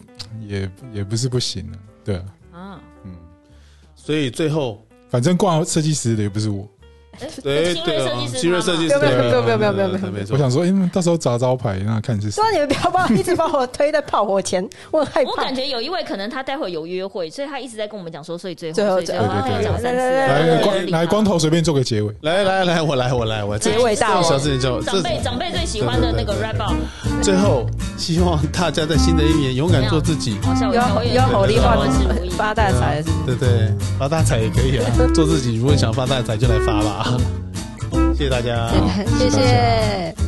A: 也也不是不行的，对啊，
C: 啊，
A: 嗯，
B: 所以最后，
A: 反正挂设计师的也不是我，
C: 哎，
B: 对
C: 新
B: 对
C: 锐
B: 啊
C: 设计师，
B: 奇瑞设计师，
D: 不要不要不要不要不要
B: 对对对没
A: 我
B: 错。
A: 想说，因为到时候砸招牌，那看是谁
D: 说。你们不要把我一直把我推在炮火前，我很害
C: 我
D: 怕
C: 感。觉有一位可能他待会有约会，所以他一直在跟我们讲说，所以最后
D: 最后
C: 所以最后
A: 对
C: 他
A: 对对
C: 讲三
D: 来
A: 来来
D: 对
A: 光
C: 次，
A: 来光头随便做个结尾，
B: 来来来，我来我来我
D: 结尾大
B: 这
D: 王
B: 小事情就
C: 长辈
B: 这
C: 长辈最喜欢的那个
B: 对对对
C: rap，up
B: 最后，希望大家在新的一年勇敢做自己。
C: 往下我一跳我
D: 有
C: 也
D: 有火力
C: 化
D: 化
C: 之无意。
D: 发大财是不是
B: 对对，发大财也可以啊，做自己。如果你想发大财，就来发吧。谢谢大家。
A: 好谢
D: 谢
A: 谢大家
D: 谢。